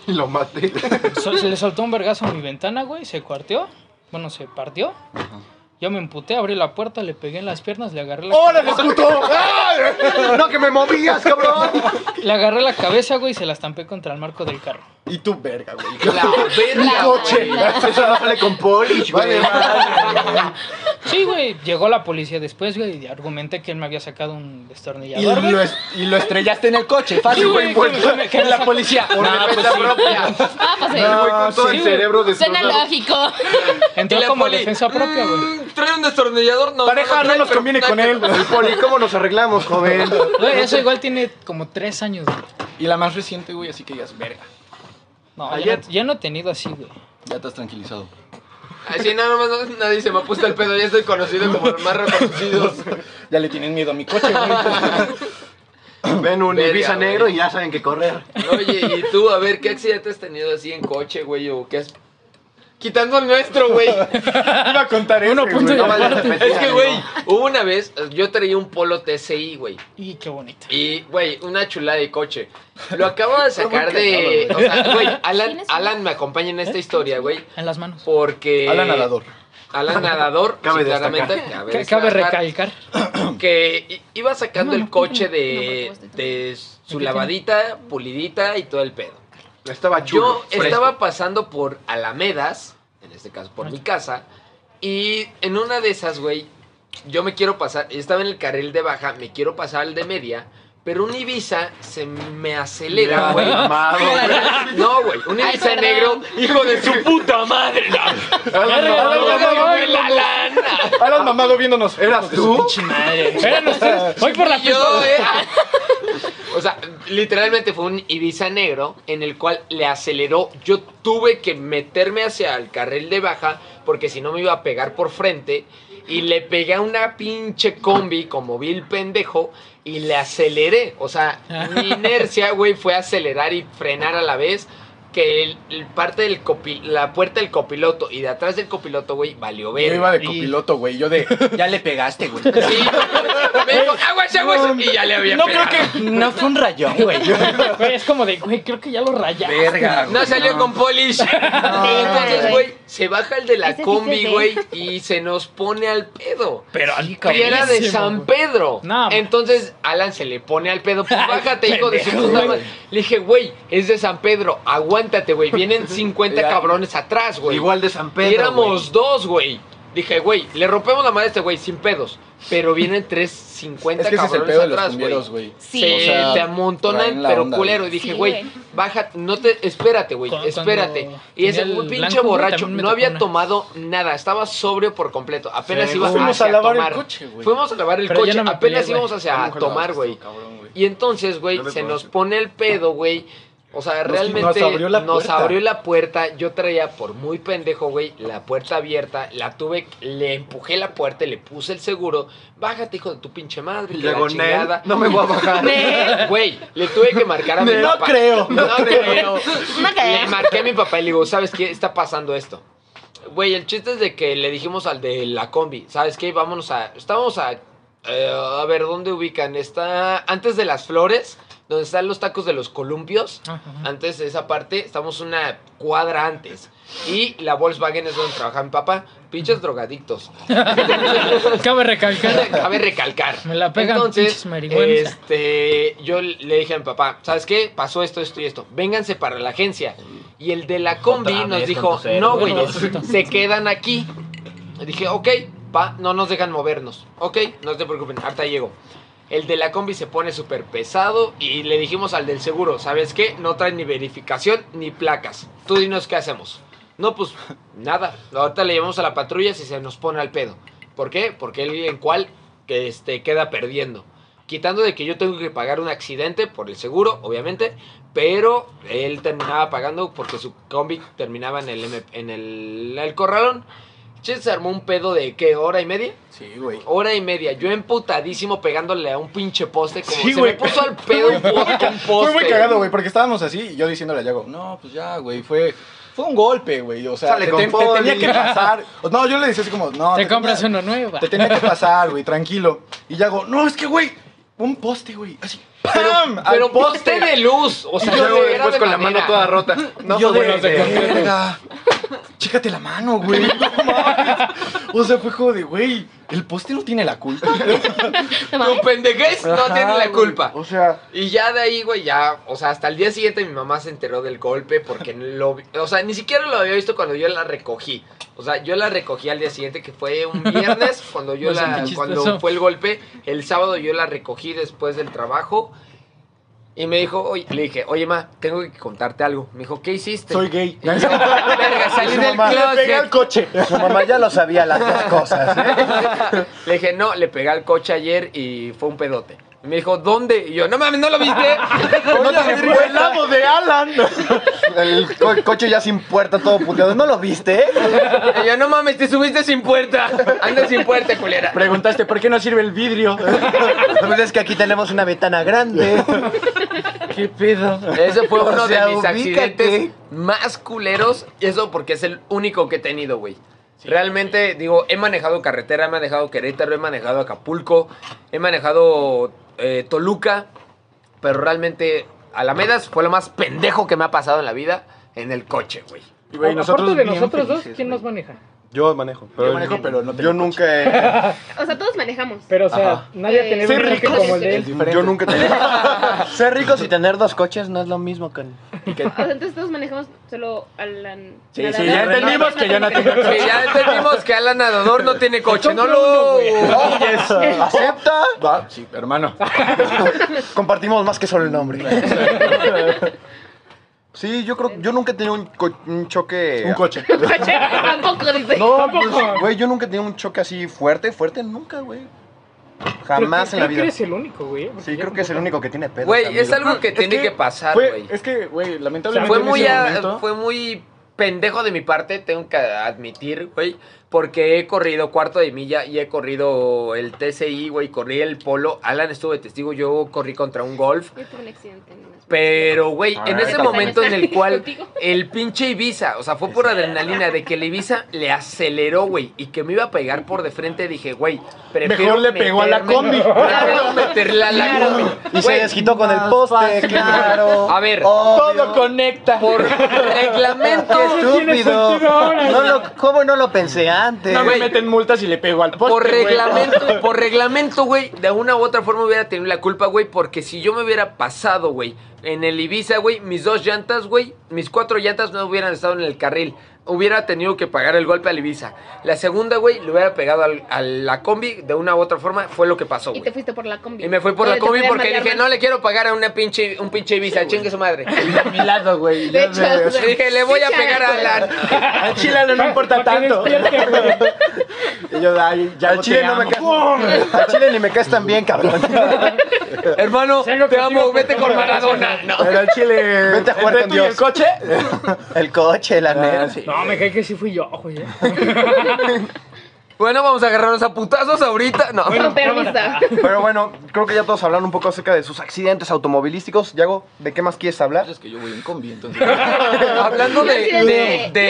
Speaker 4: Y lo maté.
Speaker 3: So- se le soltó un vergazo a mi ventana, güey. Se cuarteó. Bueno, se partió. Yo me emputé, abrí la puerta, le pegué en las piernas, le agarré la,
Speaker 4: ¡Órale, puto! ¡Ay! ¡No, que me movías, cabrón!
Speaker 3: le agarré la cabeza, güey, y se la estampé contra el marco del carro.
Speaker 4: Y tú, verga, güey.
Speaker 2: La verga.
Speaker 4: Coche. Eso no vale con polish, güey.
Speaker 3: Sí, güey, llegó la policía después, güey, y argumenté que él me había sacado un
Speaker 6: Y
Speaker 3: destornillador. güey.
Speaker 6: lo, es- y lo estrellaste en el coche, fácil.
Speaker 3: Sí, güey, que me- que me- que me sacó-
Speaker 2: Por defensa propia.
Speaker 5: Ah, pues sí.
Speaker 4: No, con todo
Speaker 3: sí,
Speaker 4: el
Speaker 3: güey.
Speaker 4: cerebro
Speaker 5: Suena
Speaker 4: destrozado.
Speaker 5: lógico.
Speaker 3: Entró
Speaker 2: Y la
Speaker 3: como
Speaker 2: poli,
Speaker 3: defensa propia, güey.
Speaker 2: "Mm, Trae un destornillador. No,
Speaker 4: Pareja, no
Speaker 2: trae,
Speaker 4: nos
Speaker 2: pero-
Speaker 4: conviene con él. El poli, ¿cómo nos arreglamos, joven?
Speaker 3: Güey, eso igual tiene como tres años, güey.
Speaker 6: Y la más reciente, güey, así que digas, verga.
Speaker 3: No, ya
Speaker 2: Ayer.
Speaker 3: no, ya no he tenido así, güey.
Speaker 6: Ya estás tranquilizado.
Speaker 2: Así nada más no- nadie se me ha puesto el pedo. Ya estoy conocido como los más reconocidos.
Speaker 6: Ya le tienen miedo a mi coche, güey.
Speaker 4: Ven un
Speaker 2: Verga,
Speaker 4: Ibiza
Speaker 2: güey.
Speaker 4: negro y ya saben que correr.
Speaker 2: Oye, y tú, a ver, ¿qué accidente has tenido así en coche, güey? ¿O qué has.? Quitando el nuestro, güey.
Speaker 4: Iba a contar eso.
Speaker 3: Uno punto y
Speaker 4: no
Speaker 3: aparte.
Speaker 4: vayas a repetir,
Speaker 2: Es que,
Speaker 4: ¿no?
Speaker 2: güey, hubo una vez, yo traía un polo TCI, güey.
Speaker 3: Y qué bonito.
Speaker 2: Y, güey, una chulada de coche. Lo acabo de sacar de. O sea, güey, Alan,
Speaker 5: ¿Quién es
Speaker 2: Alan me acompaña en esta historia, güey.
Speaker 3: En las manos.
Speaker 2: Porque.
Speaker 6: Ala nadador.
Speaker 2: Alan Nadador,
Speaker 4: Cabe
Speaker 2: sí, claramente.
Speaker 3: Ca-
Speaker 2: Cabe,
Speaker 3: Cabe
Speaker 2: destacar
Speaker 3: recalcar.
Speaker 2: Que i- iba sacando
Speaker 3: No, no,
Speaker 2: el coche
Speaker 5: no, porque
Speaker 2: de,
Speaker 5: vos te tomas.
Speaker 2: de su
Speaker 3: tiene?
Speaker 2: lavadita, pulidita y todo el pedo.
Speaker 4: Estaba chulo.
Speaker 2: Yo estaba pasando por Alamedas, en este caso por mi casa, y en una de esas, güey, yo me quiero pasar, estaba en el carril de baja, me quiero pasar al de media, pero un Ibiza se me acelera, güey.
Speaker 4: Amado, güey.
Speaker 2: No, güey, un
Speaker 5: Ay,
Speaker 2: Ibiza
Speaker 5: perdón.
Speaker 2: negro, hijo de su puta madre.
Speaker 4: Alan mamado,
Speaker 3: Verga,
Speaker 4: Alan
Speaker 3: verga,
Speaker 2: güey,
Speaker 4: mamado.
Speaker 2: la lana.
Speaker 4: Alan mamado viéndonos. ¿Eras tú?
Speaker 3: Eran ustedes. Voy por la
Speaker 2: Y yo,
Speaker 3: pista.
Speaker 2: eh, O sea, literalmente fue un Ibiza negro en el cual le aceleró. Yo tuve que meterme hacia el carril de baja porque si no me iba a pegar por frente. Y le pegué a una pinche combi como vil pendejo y le aceleré. O sea, mi inercia, güey, fue acelerar y frenar a la vez. Que el, el parte del copi- la puerta del copiloto y de atrás del copiloto, güey, valió
Speaker 6: Yo
Speaker 2: ver.
Speaker 6: iba de copiloto, güey. Yo de, ya le pegaste, güey.
Speaker 2: Me dijo, aguas, aguas. Y ya le había
Speaker 6: No
Speaker 2: pegado.
Speaker 6: creo que. No fue un rayón, güey.
Speaker 3: Güey, es como de, güey, creo que ya lo rayaste.
Speaker 6: Verga.
Speaker 2: No
Speaker 6: güey,
Speaker 2: salió con polish. Entonces, güey, se baja el de la
Speaker 5: Ese sí
Speaker 2: combi,
Speaker 5: se ve.
Speaker 2: güey, y se nos pone al pedo.
Speaker 3: Pero
Speaker 2: Y era de San Pedro.
Speaker 3: No, man.
Speaker 2: Entonces, Alan se le pone al pedo. Pues, bájate, hijo de su
Speaker 3: pendejo,
Speaker 2: puta
Speaker 3: güey.
Speaker 2: madre. Le dije, güey, es de San Pedro. Aguántate, güey. Vienen 50
Speaker 4: Ya.
Speaker 2: cabrones atrás, güey.
Speaker 4: Igual de San Pedro.
Speaker 2: Y éramos dos, güey. Dije, güey, le rompemos la madre a este güey sin pedos. Pero vienen tres 50
Speaker 6: Es que ese es el
Speaker 2: cabrones
Speaker 6: pedo de los
Speaker 2: atrás, güey
Speaker 6: cumbieros, güey.
Speaker 5: Sí.
Speaker 2: se
Speaker 6: O sea,
Speaker 2: te amontonan,
Speaker 6: traen la
Speaker 2: pero
Speaker 6: onda,
Speaker 2: culero. Y
Speaker 6: güey.
Speaker 2: dije,
Speaker 5: Sí,
Speaker 2: güey,
Speaker 5: güey.
Speaker 2: baja, no te, espérate, güey,
Speaker 3: Cuando-
Speaker 2: espérate.
Speaker 3: cuando
Speaker 2: Y ese
Speaker 3: tenía el
Speaker 2: pinche
Speaker 3: blanco,
Speaker 2: borracho
Speaker 3: también me
Speaker 2: no
Speaker 3: tocó
Speaker 2: había
Speaker 3: una.
Speaker 2: tomado nada, estaba sobrio por completo. Apenas
Speaker 4: Sí,
Speaker 2: iba
Speaker 4: fuimos
Speaker 2: hacia
Speaker 4: a lavar el
Speaker 2: tomar.
Speaker 6: coche, güey.
Speaker 2: Fuimos a lavar el
Speaker 3: Pero
Speaker 2: coche,
Speaker 3: yo no me
Speaker 2: apenas
Speaker 3: peleé,
Speaker 2: íbamos
Speaker 3: güey.
Speaker 2: hacia
Speaker 6: ¿Cómo que
Speaker 2: tomar,
Speaker 6: lavaste,
Speaker 2: güey.
Speaker 6: este cabrón, güey?
Speaker 2: Y entonces, güey,
Speaker 4: No me
Speaker 2: se
Speaker 4: puedo
Speaker 2: nos
Speaker 4: hacer.
Speaker 2: pone el pedo, güey. O sea, realmente nos abrió,
Speaker 6: abrió
Speaker 2: la
Speaker 6: la puerta.
Speaker 2: puerta. Yo traía por muy pendejo, güey, la puerta abierta. La tuve, le empujé la puerta, le puse el seguro. Bájate, hijo de tu pinche madre. que la
Speaker 4: Llegó Nel.
Speaker 2: chingada.
Speaker 4: No me voy a bajar.
Speaker 2: Güey, le tuve que marcar a mi
Speaker 4: No
Speaker 2: papá.
Speaker 4: creo,
Speaker 2: No, creo.
Speaker 5: No creo.
Speaker 2: Le marqué a mi papá y le digo, ¿sabes qué? Está pasando esto. Güey, el chiste es de que le dijimos al de la combi, ¿sabes qué? Vámonos a... Estábamos a... eh, a ver, ¿dónde ubican? Está antes de las flores, donde están los tacos de los columpios. Antes de esa parte, estamos una cuadra antes. Y la Volkswagen es donde trabaja mi papá. Pinches drogadictos.
Speaker 3: Cabe recalcar.
Speaker 2: Cabe recalcar.
Speaker 3: Me la pegan
Speaker 2: Entonces,
Speaker 3: pinches marihuanas.
Speaker 2: este, yo le dije a mi papá, ¿sabes qué? Pasó esto, esto y esto. Vénganse para la agencia. Y el de la combi
Speaker 4: vez
Speaker 2: nos
Speaker 4: con
Speaker 2: dijo,
Speaker 4: tus héroes.
Speaker 2: no, güeyes,
Speaker 3: Bueno,
Speaker 2: se quedan aquí. Y dije, ok, pa, no nos dejan movernos. Ok, no se preocupen, harta llego. El de la combi se pone súper pesado y le dijimos al del seguro, ¿sabes qué? No trae ni verificación ni placas. Tú dinos qué hacemos. No, pues nada. Ahorita le llevamos a la patrulla si se nos pone al pedo. ¿Por qué? Porque él en cual que este, queda perdiendo. Quitando de que yo tengo que pagar un accidente por el seguro, obviamente, pero él terminaba pagando porque su combi terminaba en el, M- en el, el corralón. Che, se armó un pedo de qué, hora y media.
Speaker 4: Sí, güey.
Speaker 2: Hora y media, yo emputadísimo pegándole a un pinche poste como
Speaker 6: Sí,
Speaker 2: se
Speaker 6: güey.
Speaker 2: me puso al pedo un poste con poste.
Speaker 4: Fue muy cagado, güey, porque estábamos así y yo diciéndole a Yago, no, pues ya, güey, fue, fue un golpe, güey. O sea,
Speaker 2: Sale
Speaker 4: te, te-
Speaker 2: con
Speaker 4: te
Speaker 2: poli.
Speaker 4: tenía que pasar. O- No, yo le decía así como, no.
Speaker 3: Te compras
Speaker 4: tenía-
Speaker 3: uno nuevo.
Speaker 4: Te tenía que pasar, güey, tranquilo. Y Yago, no, es que, güey, un poste, güey, así. ¡Pam! al
Speaker 2: Pero poste de luz, o sea,
Speaker 4: Y luego
Speaker 2: no era
Speaker 4: después
Speaker 2: de
Speaker 4: pues con la
Speaker 2: madera.
Speaker 4: mano toda rota. No,
Speaker 3: Yo
Speaker 4: yo
Speaker 3: de-
Speaker 4: de,
Speaker 3: de-
Speaker 4: verga. Chécate la mano, güey. No mames. O sea, fue como de, güey, el poste no tiene la culpa.
Speaker 5: No
Speaker 2: Tu
Speaker 5: mames.
Speaker 2: pendejes no
Speaker 4: Ajá,
Speaker 2: tiene la
Speaker 4: güey.
Speaker 2: culpa.
Speaker 6: O sea,
Speaker 2: Y ya de ahí, güey, ya, o sea, hasta el día siguiente mi mamá se enteró del golpe porque lo, vi- o sea, ni siquiera lo había visto cuando yo la recogí. O sea, yo la recogí al día siguiente, que fue un viernes, cuando yo
Speaker 3: No sé,
Speaker 2: la,
Speaker 3: qué
Speaker 2: cuando
Speaker 3: chistoso.
Speaker 2: fue el golpe, el sábado yo la recogí después del trabajo y me dijo, oye, le dije, oye, ma, tengo que contarte algo. Me dijo, ¿qué hiciste?
Speaker 4: Soy gay.
Speaker 2: Y yo, verga, salí
Speaker 4: Su
Speaker 2: del
Speaker 4: mamá.
Speaker 6: le pegué
Speaker 2: closet.
Speaker 6: al coche.
Speaker 1: Su mamá ya lo sabía las dos cosas. ¿eh?
Speaker 2: Le dije, no, le pegué al coche ayer y fue un pedote. Y me dijo, ¿dónde? Y yo, no mames, ¿no lo viste?
Speaker 4: No tiene
Speaker 6: El lado de Alan.
Speaker 1: El co- coche ya sin puerta, todo puteado. ¿No lo viste?
Speaker 2: Y yo, no mames, te subiste sin puerta. Anda sin puerta, culera.
Speaker 4: Preguntaste, ¿por qué no sirve el vidrio?
Speaker 1: Pues es que aquí tenemos una ventana grande.
Speaker 4: ¿Qué pedo?
Speaker 2: Ese fue uno
Speaker 1: O sea,
Speaker 2: de mis
Speaker 1: ubícate.
Speaker 2: accidentes más culeros. Y eso porque es el único que he tenido, güey. Realmente, digo, he manejado carretera, he manejado Querétaro, he manejado Acapulco, he manejado eh, Toluca. Pero realmente, Alamedas fue lo más pendejo que me ha pasado en la vida en el coche, güey.
Speaker 4: Y, güey,
Speaker 3: Aparte de
Speaker 4: bien
Speaker 3: nosotros dos,
Speaker 4: felices,
Speaker 3: ¿quién
Speaker 4: güey.
Speaker 3: nos maneja?
Speaker 6: Yo manejo.
Speaker 4: Yo manejo, pero no tengo
Speaker 6: Yo nunca
Speaker 5: O sea, todos manejamos.
Speaker 3: Pero, o sea, nadie
Speaker 5: Eh,
Speaker 3: tenía
Speaker 5: sí,
Speaker 3: un enrique
Speaker 5: ricos.
Speaker 3: como el de él.
Speaker 4: diferente.
Speaker 6: Yo nunca
Speaker 1: Ser ricos y tener dos coches no es lo mismo que...
Speaker 5: O sea, entonces todos manejamos solo a la.
Speaker 4: Sí,
Speaker 5: la-
Speaker 4: sí,
Speaker 5: la-
Speaker 4: ya
Speaker 5: la-
Speaker 4: entendimos que ya no
Speaker 5: la-
Speaker 4: tengo
Speaker 2: Sí, ya entendimos que Alan Nadador no tiene coche. No
Speaker 3: Compra uno,
Speaker 2: lo.
Speaker 3: güey.
Speaker 1: ¿Acepta?
Speaker 4: Va, sí, hermano.
Speaker 1: Compartimos más que solo el nombre. Sí, yo creo... Yo nunca he tenido un, co- un choque...
Speaker 4: Un coche.
Speaker 5: Tampoco dice.
Speaker 1: No,
Speaker 3: Tampoco.
Speaker 1: pues, güey, yo nunca he tenido un choque así fuerte, fuerte nunca, güey. Jamás en la
Speaker 3: Creo
Speaker 1: vida.
Speaker 3: que eres el único, güey. porque
Speaker 1: Sí,
Speaker 3: yo
Speaker 1: creo que es el
Speaker 3: tampoco-
Speaker 1: único que tiene pedo.
Speaker 2: Güey, es algo que
Speaker 4: Ah, Es
Speaker 2: tiene que pasar,
Speaker 4: fue-
Speaker 2: güey.
Speaker 4: Es que, güey,
Speaker 2: O sea,
Speaker 4: lamentablemente.
Speaker 2: fue
Speaker 4: en
Speaker 2: muy,
Speaker 4: ese
Speaker 2: a-
Speaker 4: momento-
Speaker 2: fue muy pendejo de mi parte, tengo que admitir, güey, porque he corrido cuarto de milla y he corrido el TCI, güey, corrí el polo, Alan estuvo de testigo, yo corrí contra un golf,
Speaker 5: Yo tuve un accidente. en unas-
Speaker 2: pero, güey,
Speaker 1: Ah,
Speaker 2: en ese
Speaker 1: ahorita.
Speaker 2: momento en el cual
Speaker 5: Contigo.
Speaker 2: el pinche Ibiza, o sea, fue por adrenalina de que el Ibiza le aceleró, güey, y que me iba a pegar por de frente, dije, güey, prefiero
Speaker 4: Mejor le pegó a la
Speaker 2: meterme-
Speaker 4: combi.
Speaker 2: prefiero meterle a la combi.
Speaker 1: Y se
Speaker 2: Güey,
Speaker 1: desquitó con el poste, claro.
Speaker 2: A ver,
Speaker 1: Obvio.
Speaker 2: conecta. Por reglamento.
Speaker 1: ¡Qué
Speaker 3: No tiene sentido
Speaker 1: estúpido!
Speaker 3: ahora,
Speaker 1: No
Speaker 3: güey.
Speaker 1: lo- ¿Cómo no lo pensé antes?
Speaker 4: No me
Speaker 2: güey.
Speaker 4: meten multas y le pego al poste.
Speaker 2: Por
Speaker 4: güey.
Speaker 2: reglamento, por reglamento, güey, de una u otra forma hubiera tenido la culpa, güey, porque si yo me hubiera pasado, güey, en el Ibiza, güey, mis dos llantas, güey, mis cuatro llantas no hubieran estado en el carril. Hubiera tenido que pagar el golpe al Ibiza. La segunda, güey, le hubiera pegado al- a la combi, de una u otra forma, fue lo que pasó,
Speaker 5: Y
Speaker 2: güey.
Speaker 5: te fuiste por la combi.
Speaker 2: Y me fui por
Speaker 5: Oye,
Speaker 2: la
Speaker 5: te
Speaker 2: combi
Speaker 5: podían
Speaker 2: porque
Speaker 5: madrear
Speaker 2: dije,
Speaker 5: más.
Speaker 2: no le quiero pagar a una pinche, un pinche Ibiza, chingue su madre.
Speaker 4: A mi lado, güey.
Speaker 5: De
Speaker 4: ya
Speaker 5: hecho,
Speaker 4: me-
Speaker 5: o sea,
Speaker 2: Dije, le voy a
Speaker 5: sí,
Speaker 2: pegar a
Speaker 5: chale,
Speaker 2: Alan.
Speaker 4: Al chile no, importa
Speaker 3: Pa' que
Speaker 4: tanto.
Speaker 3: despierte, güey.
Speaker 4: Y yo, ay, ya
Speaker 1: Al chile no me caes. Al chile ni me caes tan bien, cabrón.
Speaker 2: Hermano,
Speaker 3: Sé lo
Speaker 2: te
Speaker 3: que
Speaker 2: amo,
Speaker 3: digo,
Speaker 2: vete
Speaker 3: pero
Speaker 2: con
Speaker 3: no me
Speaker 2: Maradona. No.
Speaker 4: Pero al chile.
Speaker 1: Vete a jugar
Speaker 4: entre
Speaker 1: con
Speaker 4: tú y
Speaker 1: Dios.
Speaker 4: el coche?
Speaker 1: El coche, la neta.
Speaker 4: sí.
Speaker 3: No, me cae que sí fui yo, güey. eh.
Speaker 2: Bueno, vamos a agarrarnos a putazos ahorita. No.
Speaker 5: Con permiso.
Speaker 1: Pero bueno, creo que ya todos hablaron un poco acerca de sus accidentes automovilísticos. Yago, ¿de qué más quieres hablar?
Speaker 4: Es que yo voy en combi, entonces.
Speaker 2: Hablando de,
Speaker 5: Accidentes
Speaker 2: de,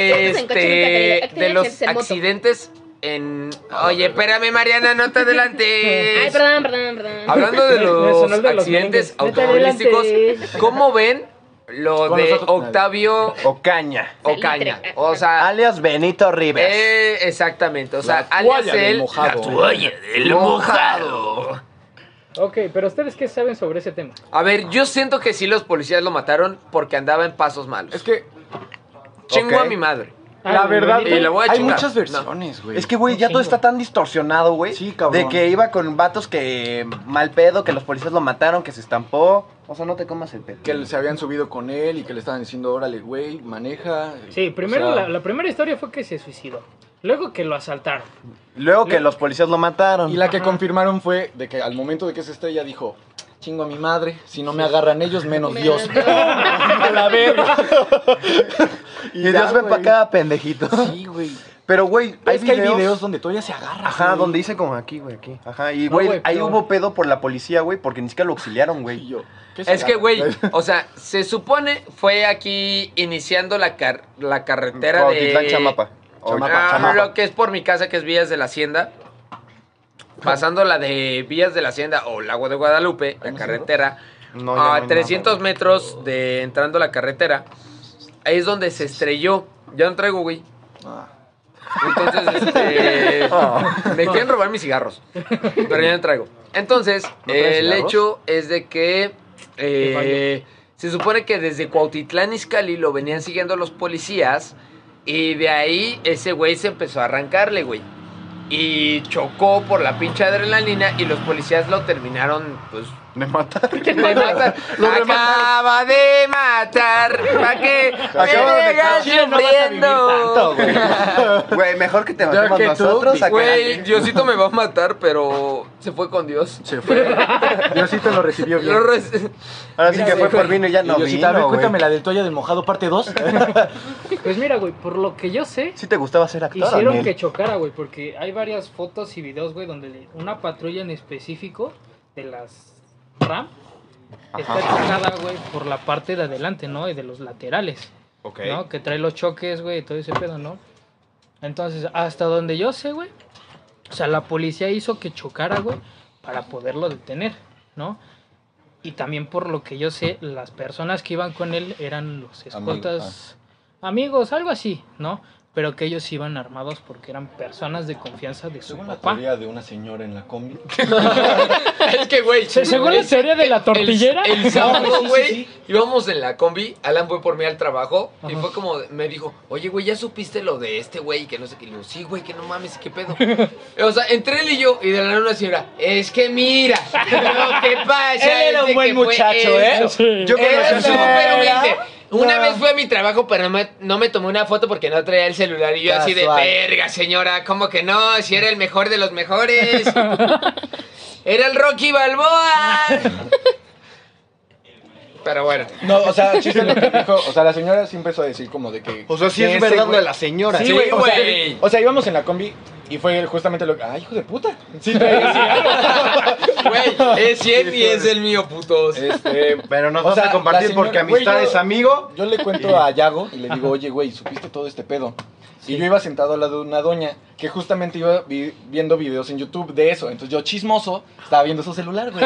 Speaker 2: de,
Speaker 5: de- accidentes en coche,
Speaker 2: este, de los
Speaker 5: accidentes en moto.
Speaker 2: accidentes en... Oye, espérame Mariana, no te
Speaker 5: Ay,
Speaker 2: adelantes.
Speaker 5: perdón, perdón, perdón.
Speaker 2: Hablando de
Speaker 3: Me- me sonó
Speaker 2: los
Speaker 3: el de los
Speaker 2: accidentes
Speaker 3: memes. No te
Speaker 2: automovilísticos,
Speaker 3: adelantes.
Speaker 2: ¿cómo ven lo
Speaker 4: Con
Speaker 2: de
Speaker 4: nosotros nadie.
Speaker 2: Octavio
Speaker 1: Ocaña.
Speaker 2: Ocaña?
Speaker 5: Salitre.
Speaker 2: O sea,
Speaker 1: Alias Benito Rivas.
Speaker 2: eh, exactamente, o sea,
Speaker 4: La
Speaker 2: alias
Speaker 4: toalla del
Speaker 2: el
Speaker 4: mojado.
Speaker 2: la toalla del mojado.
Speaker 3: Ok, pero ustedes qué saben sobre ese tema.
Speaker 2: A ver, yo siento que sí los policías lo mataron porque andaba en pasos malos.
Speaker 4: Es que
Speaker 2: Chingo
Speaker 1: ok.
Speaker 2: a mi madre.
Speaker 3: Ah,
Speaker 4: la verdad.
Speaker 2: Y le voy a
Speaker 4: hay
Speaker 2: chingar.
Speaker 4: muchas
Speaker 2: No.
Speaker 4: versiones, güey.
Speaker 1: Es que, güey, ya todo está tan distorsionado, güey.
Speaker 4: Sí, cabrón.
Speaker 1: De que iba con vatos que mal pedo, que los policías lo mataron, que se estampó. O sea, no te comas el pedo.
Speaker 4: Que se habían subido con él y que le estaban diciendo, órale, güey, maneja.
Speaker 3: Sí, primero,
Speaker 4: O sea,
Speaker 3: la, la primera historia fue que se suicidó. Luego que lo asaltaron.
Speaker 1: Luego que los policías lo mataron.
Speaker 4: Y la que
Speaker 3: Ajá.
Speaker 4: confirmaron fue de que al momento de que se estrella dijo, chingo a mi madre, si no me agarran ellos, menos Dios. a la verga.
Speaker 1: Y Dios ven
Speaker 4: güey.
Speaker 1: para acá, pendejito.
Speaker 4: Sí, güey.
Speaker 1: Pero, güey, hay,
Speaker 4: Es que hay
Speaker 1: videos-
Speaker 4: videos donde todavía se agarra.
Speaker 1: Ajá,
Speaker 4: güey.
Speaker 1: donde dice como aquí, güey, aquí. Ajá, y
Speaker 3: No,
Speaker 1: güey,
Speaker 3: güey,
Speaker 1: ahí
Speaker 3: pero-
Speaker 1: hubo pedo por la policía, güey, porque ni siquiera lo auxiliaron,
Speaker 4: Y
Speaker 1: güey.
Speaker 4: yo, ¿qué se
Speaker 2: Es que,
Speaker 4: agarra?
Speaker 2: güey, o sea, se supone fue aquí iniciando la, car- la carretera
Speaker 1: Cuautitlán,
Speaker 2: de...
Speaker 1: Chamapa. O-
Speaker 4: Chamapa,
Speaker 2: Ah,
Speaker 4: Chamapa.
Speaker 2: Lo que es por mi casa, que es Villas de la Hacienda. Pasando la de Villas de la Hacienda o Lago de Guadalupe, la carretera.
Speaker 1: No, ya no hay
Speaker 2: a
Speaker 1: nada.
Speaker 2: 300 metros de entrando a la carretera. Ahí es donde se estrelló. Ya no traigo, güey.
Speaker 4: Ah,
Speaker 2: Entonces, este, me quieren robar mis cigarros, pero ya no traigo. Entonces,
Speaker 1: traes
Speaker 2: el
Speaker 1: cigarros?
Speaker 2: hecho es de que eh, se supone que desde Cuautitlán Izcalli lo venían siguiendo los policías y de ahí ese güey se empezó a arrancarle, güey. Y chocó por la pinche adrenalina y los policías lo terminaron, pues...
Speaker 1: Me mataron.
Speaker 3: Pues
Speaker 2: Me matan. Acaba de matar. ¿Para qué?
Speaker 1: Acaba de
Speaker 2: Acaba
Speaker 3: Chile, no vas a vivir tanto, güey.
Speaker 1: Güey, mejor que te
Speaker 4: Ya
Speaker 1: matemos
Speaker 4: que tú,
Speaker 1: nosotros. a que-
Speaker 2: Güey, Diosito me va a matar, pero se fue con Dios.
Speaker 4: se fue. Diosito lo recibió bien.
Speaker 2: Lo res-
Speaker 1: Ahora sí que fue por vino y ya
Speaker 4: Y
Speaker 1: no
Speaker 4: Diosito, a ver,
Speaker 1: vino, güey.
Speaker 4: cuéntame la del toalla del mojado, parte 2.
Speaker 3: Pues mira, güey, por lo que yo sé,
Speaker 1: ¿Sí te gustaba ser actor,
Speaker 3: hicieron
Speaker 1: Daniel?
Speaker 3: que chocara, güey, porque hay varias fotos y videos, güey, donde le- una patrulla en específico de las RAM está chocada, güey, por la parte de adelante, ¿no? Y de los laterales,
Speaker 1: Ok.
Speaker 3: ¿no? Que trae los choques, güey, y todo ese pedo, ¿no? Entonces, hasta donde yo sé, güey, o sea, la policía hizo que chocara, güey, para poderlo detener, ¿no? Y también por lo que yo sé, las personas que iban con él eran los escoltas,
Speaker 4: ah.
Speaker 3: amigos, algo así, ¿no? Pero que ellos iban armados porque eran personas de confianza de su papá.
Speaker 4: de una señora en la combi.
Speaker 2: es que, güey.
Speaker 3: Se- Según la teoría de la tortillera,
Speaker 2: El, el sábado,
Speaker 4: sí,
Speaker 2: güey,
Speaker 4: sí.
Speaker 2: íbamos en la combi. Alan fue por mí al trabajo y
Speaker 3: Ajá.
Speaker 2: fue como, de- me dijo, oye, güey, ¿ya supiste lo de este güey? Que no sé qué. Le digo, sí, güey, que no mames, qué pedo. o sea, entre él y yo, y de la nada una señora, es que mira, lo que pasa.
Speaker 3: Él era
Speaker 2: es
Speaker 3: un
Speaker 2: de
Speaker 3: buen
Speaker 2: que fue
Speaker 3: muchacho, ¿eh?
Speaker 2: eso".
Speaker 3: Sí.
Speaker 1: Yo
Speaker 2: Era
Speaker 1: conocí a su
Speaker 2: súper humilde. Una
Speaker 4: No.
Speaker 2: vez fue a mi trabajo, pero no me, no me tomé una foto porque no traía el celular. Y yo así de,
Speaker 4: Casual.
Speaker 2: verga, señora, ¿cómo que no? Si era el mejor de los mejores. era el Rocky Balboa. pero bueno.
Speaker 4: No, o sea, el chiste lo que dijo. O sea, la señora sí empezó a decir como de que.
Speaker 1: O sea, sí
Speaker 4: que
Speaker 1: es
Speaker 4: ese
Speaker 1: verdad lo
Speaker 4: güey-
Speaker 1: de la señora.
Speaker 2: Sí,
Speaker 4: Sí, güey. o,
Speaker 2: güey.
Speaker 4: sea, o sea, íbamos en la combi y fue justamente lo que. ¡Ay, hijo de puta! Sí, traía cigarro.
Speaker 2: Güey, es 100 y es el mío, putos.
Speaker 4: Este,
Speaker 1: Pero nos
Speaker 4: O
Speaker 1: vas
Speaker 4: sea,
Speaker 1: a compartir
Speaker 4: la señora-
Speaker 1: porque
Speaker 4: güey,
Speaker 1: amistad
Speaker 4: yo-
Speaker 1: es amigo.
Speaker 4: Yo le cuento a Yago y le digo, oye, güey, ¿supiste todo este pedo? Y yo iba sentado al lado de una doña que justamente iba vi- viendo videos en YouTube de eso. Entonces yo, chismoso, estaba viendo su celular, güey.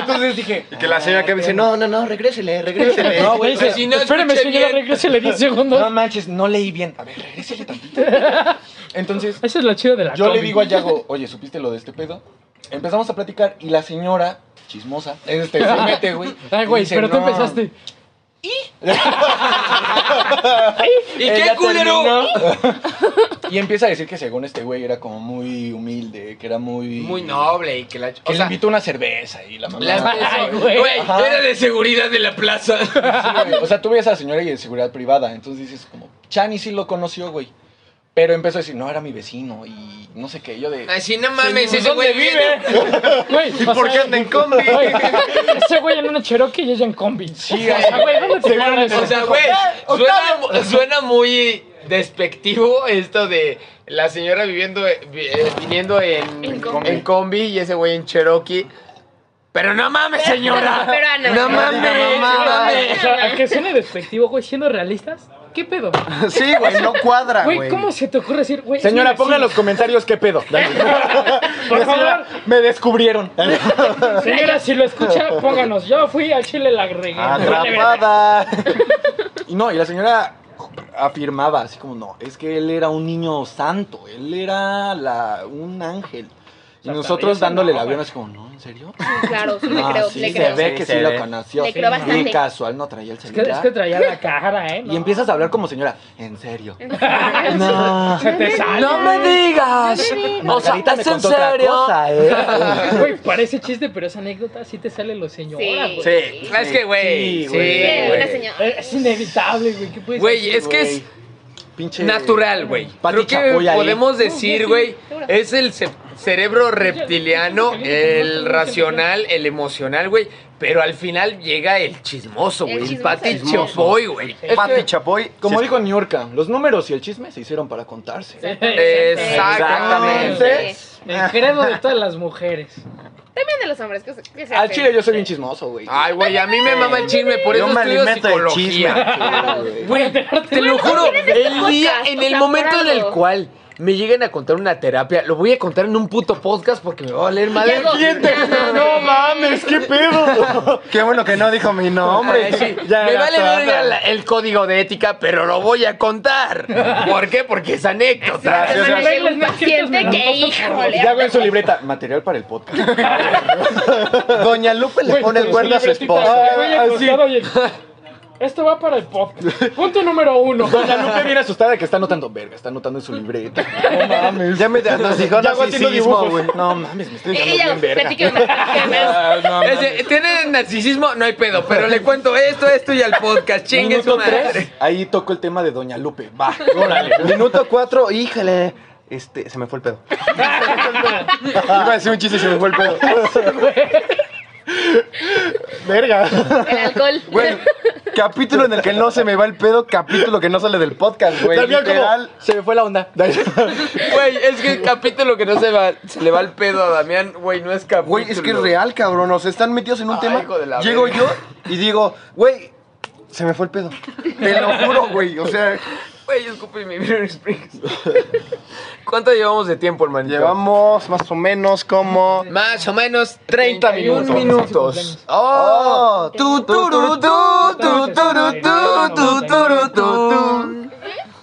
Speaker 4: Entonces dije...
Speaker 1: Y que la señora que me dice, no, no, no, regrésele, regrésele.
Speaker 4: Ah, No, güey,
Speaker 3: Dice,
Speaker 4: pero-
Speaker 2: si no
Speaker 3: Espéreme,
Speaker 2: escuché
Speaker 3: señora,
Speaker 2: bien".
Speaker 3: regrésele 10 segundos.
Speaker 4: no manches, no leí bien. A ver, regrésale tantito. Entonces
Speaker 3: Esa es la chida de la
Speaker 4: yo le
Speaker 3: combi.
Speaker 4: digo a Yago, oye, ¿supiste lo de este pedo? Empezamos a platicar y la señora, chismosa, este, se mete, güey.
Speaker 3: Ay,
Speaker 4: y
Speaker 3: güey,
Speaker 4: dice,
Speaker 3: pero tú
Speaker 4: "No".
Speaker 3: empezaste.
Speaker 2: ¿Y qué
Speaker 4: Ella
Speaker 2: culero?
Speaker 4: terminó. y empieza a decir que según este güey era como muy humilde, que era muy.
Speaker 2: Muy noble y que la.
Speaker 4: Que
Speaker 2: O
Speaker 4: le
Speaker 2: sea,
Speaker 4: invitó una cerveza y la mamá.
Speaker 2: las-
Speaker 3: Ay, güey.
Speaker 2: güey,
Speaker 4: Ajá.
Speaker 2: era de seguridad de la plaza.
Speaker 4: Sí, güey. O sea, tú ves a la señora y de seguridad privada. Entonces dices, como, Chani sí lo conoció, güey. Pero empezó a decir, no, era mi vecino y no sé qué. Yo de.
Speaker 2: Así no mames, ese
Speaker 3: ¿Dónde
Speaker 2: güey viene-
Speaker 3: vive? Güey,
Speaker 1: ¿Y
Speaker 3: o
Speaker 1: por
Speaker 3: sea,
Speaker 1: qué anda en combi?
Speaker 3: Güey, ese güey en una Cherokee y ella en combi. Sí, o sea, güey, ¿dónde te paras?
Speaker 2: O sea, güey, suena, suena muy despectivo esto de la señora viviendo, eh, vi- eh, viniendo en,
Speaker 5: En combi.
Speaker 2: en combi y ese güey en Cherokee. Pero no mames, señora.
Speaker 5: Pero no.
Speaker 2: no mames,
Speaker 1: Diga
Speaker 2: no
Speaker 1: mamá.
Speaker 2: mames.
Speaker 3: O sea, a que suene despectivo, güey, siendo realistas, ¿qué pedo?
Speaker 1: Sí, güey, no cuadra,
Speaker 3: Güey,
Speaker 1: güey.
Speaker 3: ¿cómo se te ocurre decir, güey? es mi
Speaker 4: Señora,
Speaker 3: vecino?
Speaker 4: ponga en los comentarios qué pedo.
Speaker 3: Por favor,
Speaker 4: Señora, me descubrieron.
Speaker 3: señora, si lo escucha, pónganos. Yo fui al chile la regué.
Speaker 1: Atrapada.
Speaker 4: Y no, y la señora afirmaba así como, no, es que él era un niño santo, él era la, un ángel. Y
Speaker 3: sea,
Speaker 4: nosotros
Speaker 3: hasta
Speaker 4: dándole
Speaker 3: no,
Speaker 4: el avión
Speaker 3: güey.
Speaker 4: así como, no, ¿en serio?
Speaker 5: Claro, sí le
Speaker 4: Ah,
Speaker 5: creo,
Speaker 4: sí,
Speaker 5: le
Speaker 4: se
Speaker 5: creo.
Speaker 4: ve
Speaker 1: Sí,
Speaker 4: que
Speaker 1: se
Speaker 4: sí lo
Speaker 1: ve.
Speaker 4: conoció.
Speaker 5: Le creo
Speaker 4: Sí.
Speaker 5: bastante.
Speaker 4: Y casual no traía el
Speaker 3: Es que, es
Speaker 4: celular.
Speaker 3: que traía la cara, ¿eh?
Speaker 4: Y empiezas a hablar como señora, ¿en serio?
Speaker 3: a... Se te sale.
Speaker 4: ¡No me digas! Margarita me contó otra cosa, ¿eh?
Speaker 3: Güey, parece chiste, pero esa anécdota sí te sale lo señora,
Speaker 5: Sí.
Speaker 3: güey.
Speaker 2: Sí, es que, güey.
Speaker 4: Sí,
Speaker 2: Sí,
Speaker 4: güey.
Speaker 5: Sí,
Speaker 2: güey.
Speaker 5: una señora.
Speaker 3: Es inevitable, güey. ¿Qué puedes
Speaker 2: Güey, es que es.
Speaker 4: Güey. pinche.
Speaker 2: Natural, güey.
Speaker 4: Pati
Speaker 2: Creo que
Speaker 4: Chapoy ahí.
Speaker 2: podemos decir, güey, es el ce- cerebro reptiliano, el racional, el emocional, güey. Pero al final llega el chismoso,
Speaker 5: El
Speaker 2: güey. El
Speaker 5: chismoso.
Speaker 2: Pati
Speaker 5: Chismoso.
Speaker 2: Chapoy, güey.
Speaker 1: Pati Chapoy.
Speaker 4: Como
Speaker 1: si es-
Speaker 4: dijo New York, los números y el chisme se hicieron para contarse.
Speaker 2: Exactamente.
Speaker 4: Entonces,
Speaker 3: El credo de todas las mujeres.
Speaker 7: También de los hombres. que se- que se
Speaker 4: al
Speaker 7: hacen.
Speaker 4: chile yo soy bien chismoso, güey.
Speaker 2: Ay, güey, a mí me mama el chisme, por
Speaker 1: Yo
Speaker 2: eso
Speaker 1: me
Speaker 2: estudio
Speaker 1: alimento del
Speaker 2: psicología.
Speaker 4: Güey.
Speaker 2: Güey, te lo juro,
Speaker 5: este
Speaker 2: el día,
Speaker 7: podcast,
Speaker 2: en
Speaker 7: o
Speaker 2: el
Speaker 7: sea,
Speaker 2: momento
Speaker 7: por
Speaker 2: en el
Speaker 7: algo.
Speaker 2: cual me lleguen a contar una terapia, lo voy a contar en un puto podcast porque me va a valer madre.
Speaker 5: Diego,
Speaker 2: Siguiente.
Speaker 6: No mames, qué pedo. Qué bueno que no dijo mi nombre.
Speaker 2: Ay, sí,
Speaker 6: Ya
Speaker 2: me
Speaker 6: era
Speaker 2: vale
Speaker 6: todo.
Speaker 2: verga la- el código de ética, pero lo voy a contar. ¿Por qué? Porque es anécdota.
Speaker 6: Gracias.
Speaker 7: Además,
Speaker 3: gracias.
Speaker 7: llega un paciente que, híjole.
Speaker 4: Ya hago en su libreta, material para el podcast.
Speaker 6: Doña Lupe le
Speaker 3: Güey,
Speaker 6: pone el
Speaker 3: su
Speaker 6: cuerno a su
Speaker 3: libretita,
Speaker 6: esposa.
Speaker 3: le
Speaker 2: Ah,
Speaker 3: voy a acostar, oye, Esto va para el pop. Punto número uno.
Speaker 4: La Lupe viene asustada que está anotando verga, está anotando en su libreta. No mames.
Speaker 6: Ya me dijo
Speaker 4: Ya hago haciendo
Speaker 6: narcisismo,
Speaker 4: dibujos.
Speaker 6: güey.
Speaker 4: No mames, me
Speaker 7: Y
Speaker 4: estoy dejando
Speaker 7: ella,
Speaker 4: bien verga.
Speaker 7: platíquenme, platíquenme.
Speaker 4: Ah, no mames.
Speaker 2: Ese, Tiene narcisismo, no hay pedo, pero le cuento esto, esto y al podcast. Chingue su
Speaker 4: Minuto
Speaker 2: madre.
Speaker 4: tres, ahí tocó el tema de Doña Lupe. Va, órale.
Speaker 6: Minuto 4, híjale. Este, se me fue el pedo. Iba a decir un chiste y se me fue el pedo. Verga.
Speaker 7: El alcohol.
Speaker 6: Güey, capítulo en el que no se me va el pedo, capítulo que no sale del podcast, güey.
Speaker 4: También como,
Speaker 6: Literal.
Speaker 4: se me fue la onda.
Speaker 2: Güey, es que el capítulo que no se, va, se le va el pedo a Damián, güey, no es capítulo.
Speaker 6: Güey, es que es real, cabrón. O sea, están metidos en un
Speaker 2: Ay,
Speaker 6: tema.
Speaker 2: Ah, hijo de la
Speaker 6: Llego
Speaker 2: verga.
Speaker 6: yo y digo, güey, se me fue el pedo. Te lo juro, güey. O sea,
Speaker 2: Güey, yo escupí mi Beer Springs. ¿Cuánto llevamos de tiempo, hermanito?
Speaker 6: llevamos más o menos como.
Speaker 2: más o menos 30 minutos.
Speaker 3: minutos.
Speaker 2: Oh, tu, tu, tu, tu, tu, tu, tu, tu, tu, tu, tu.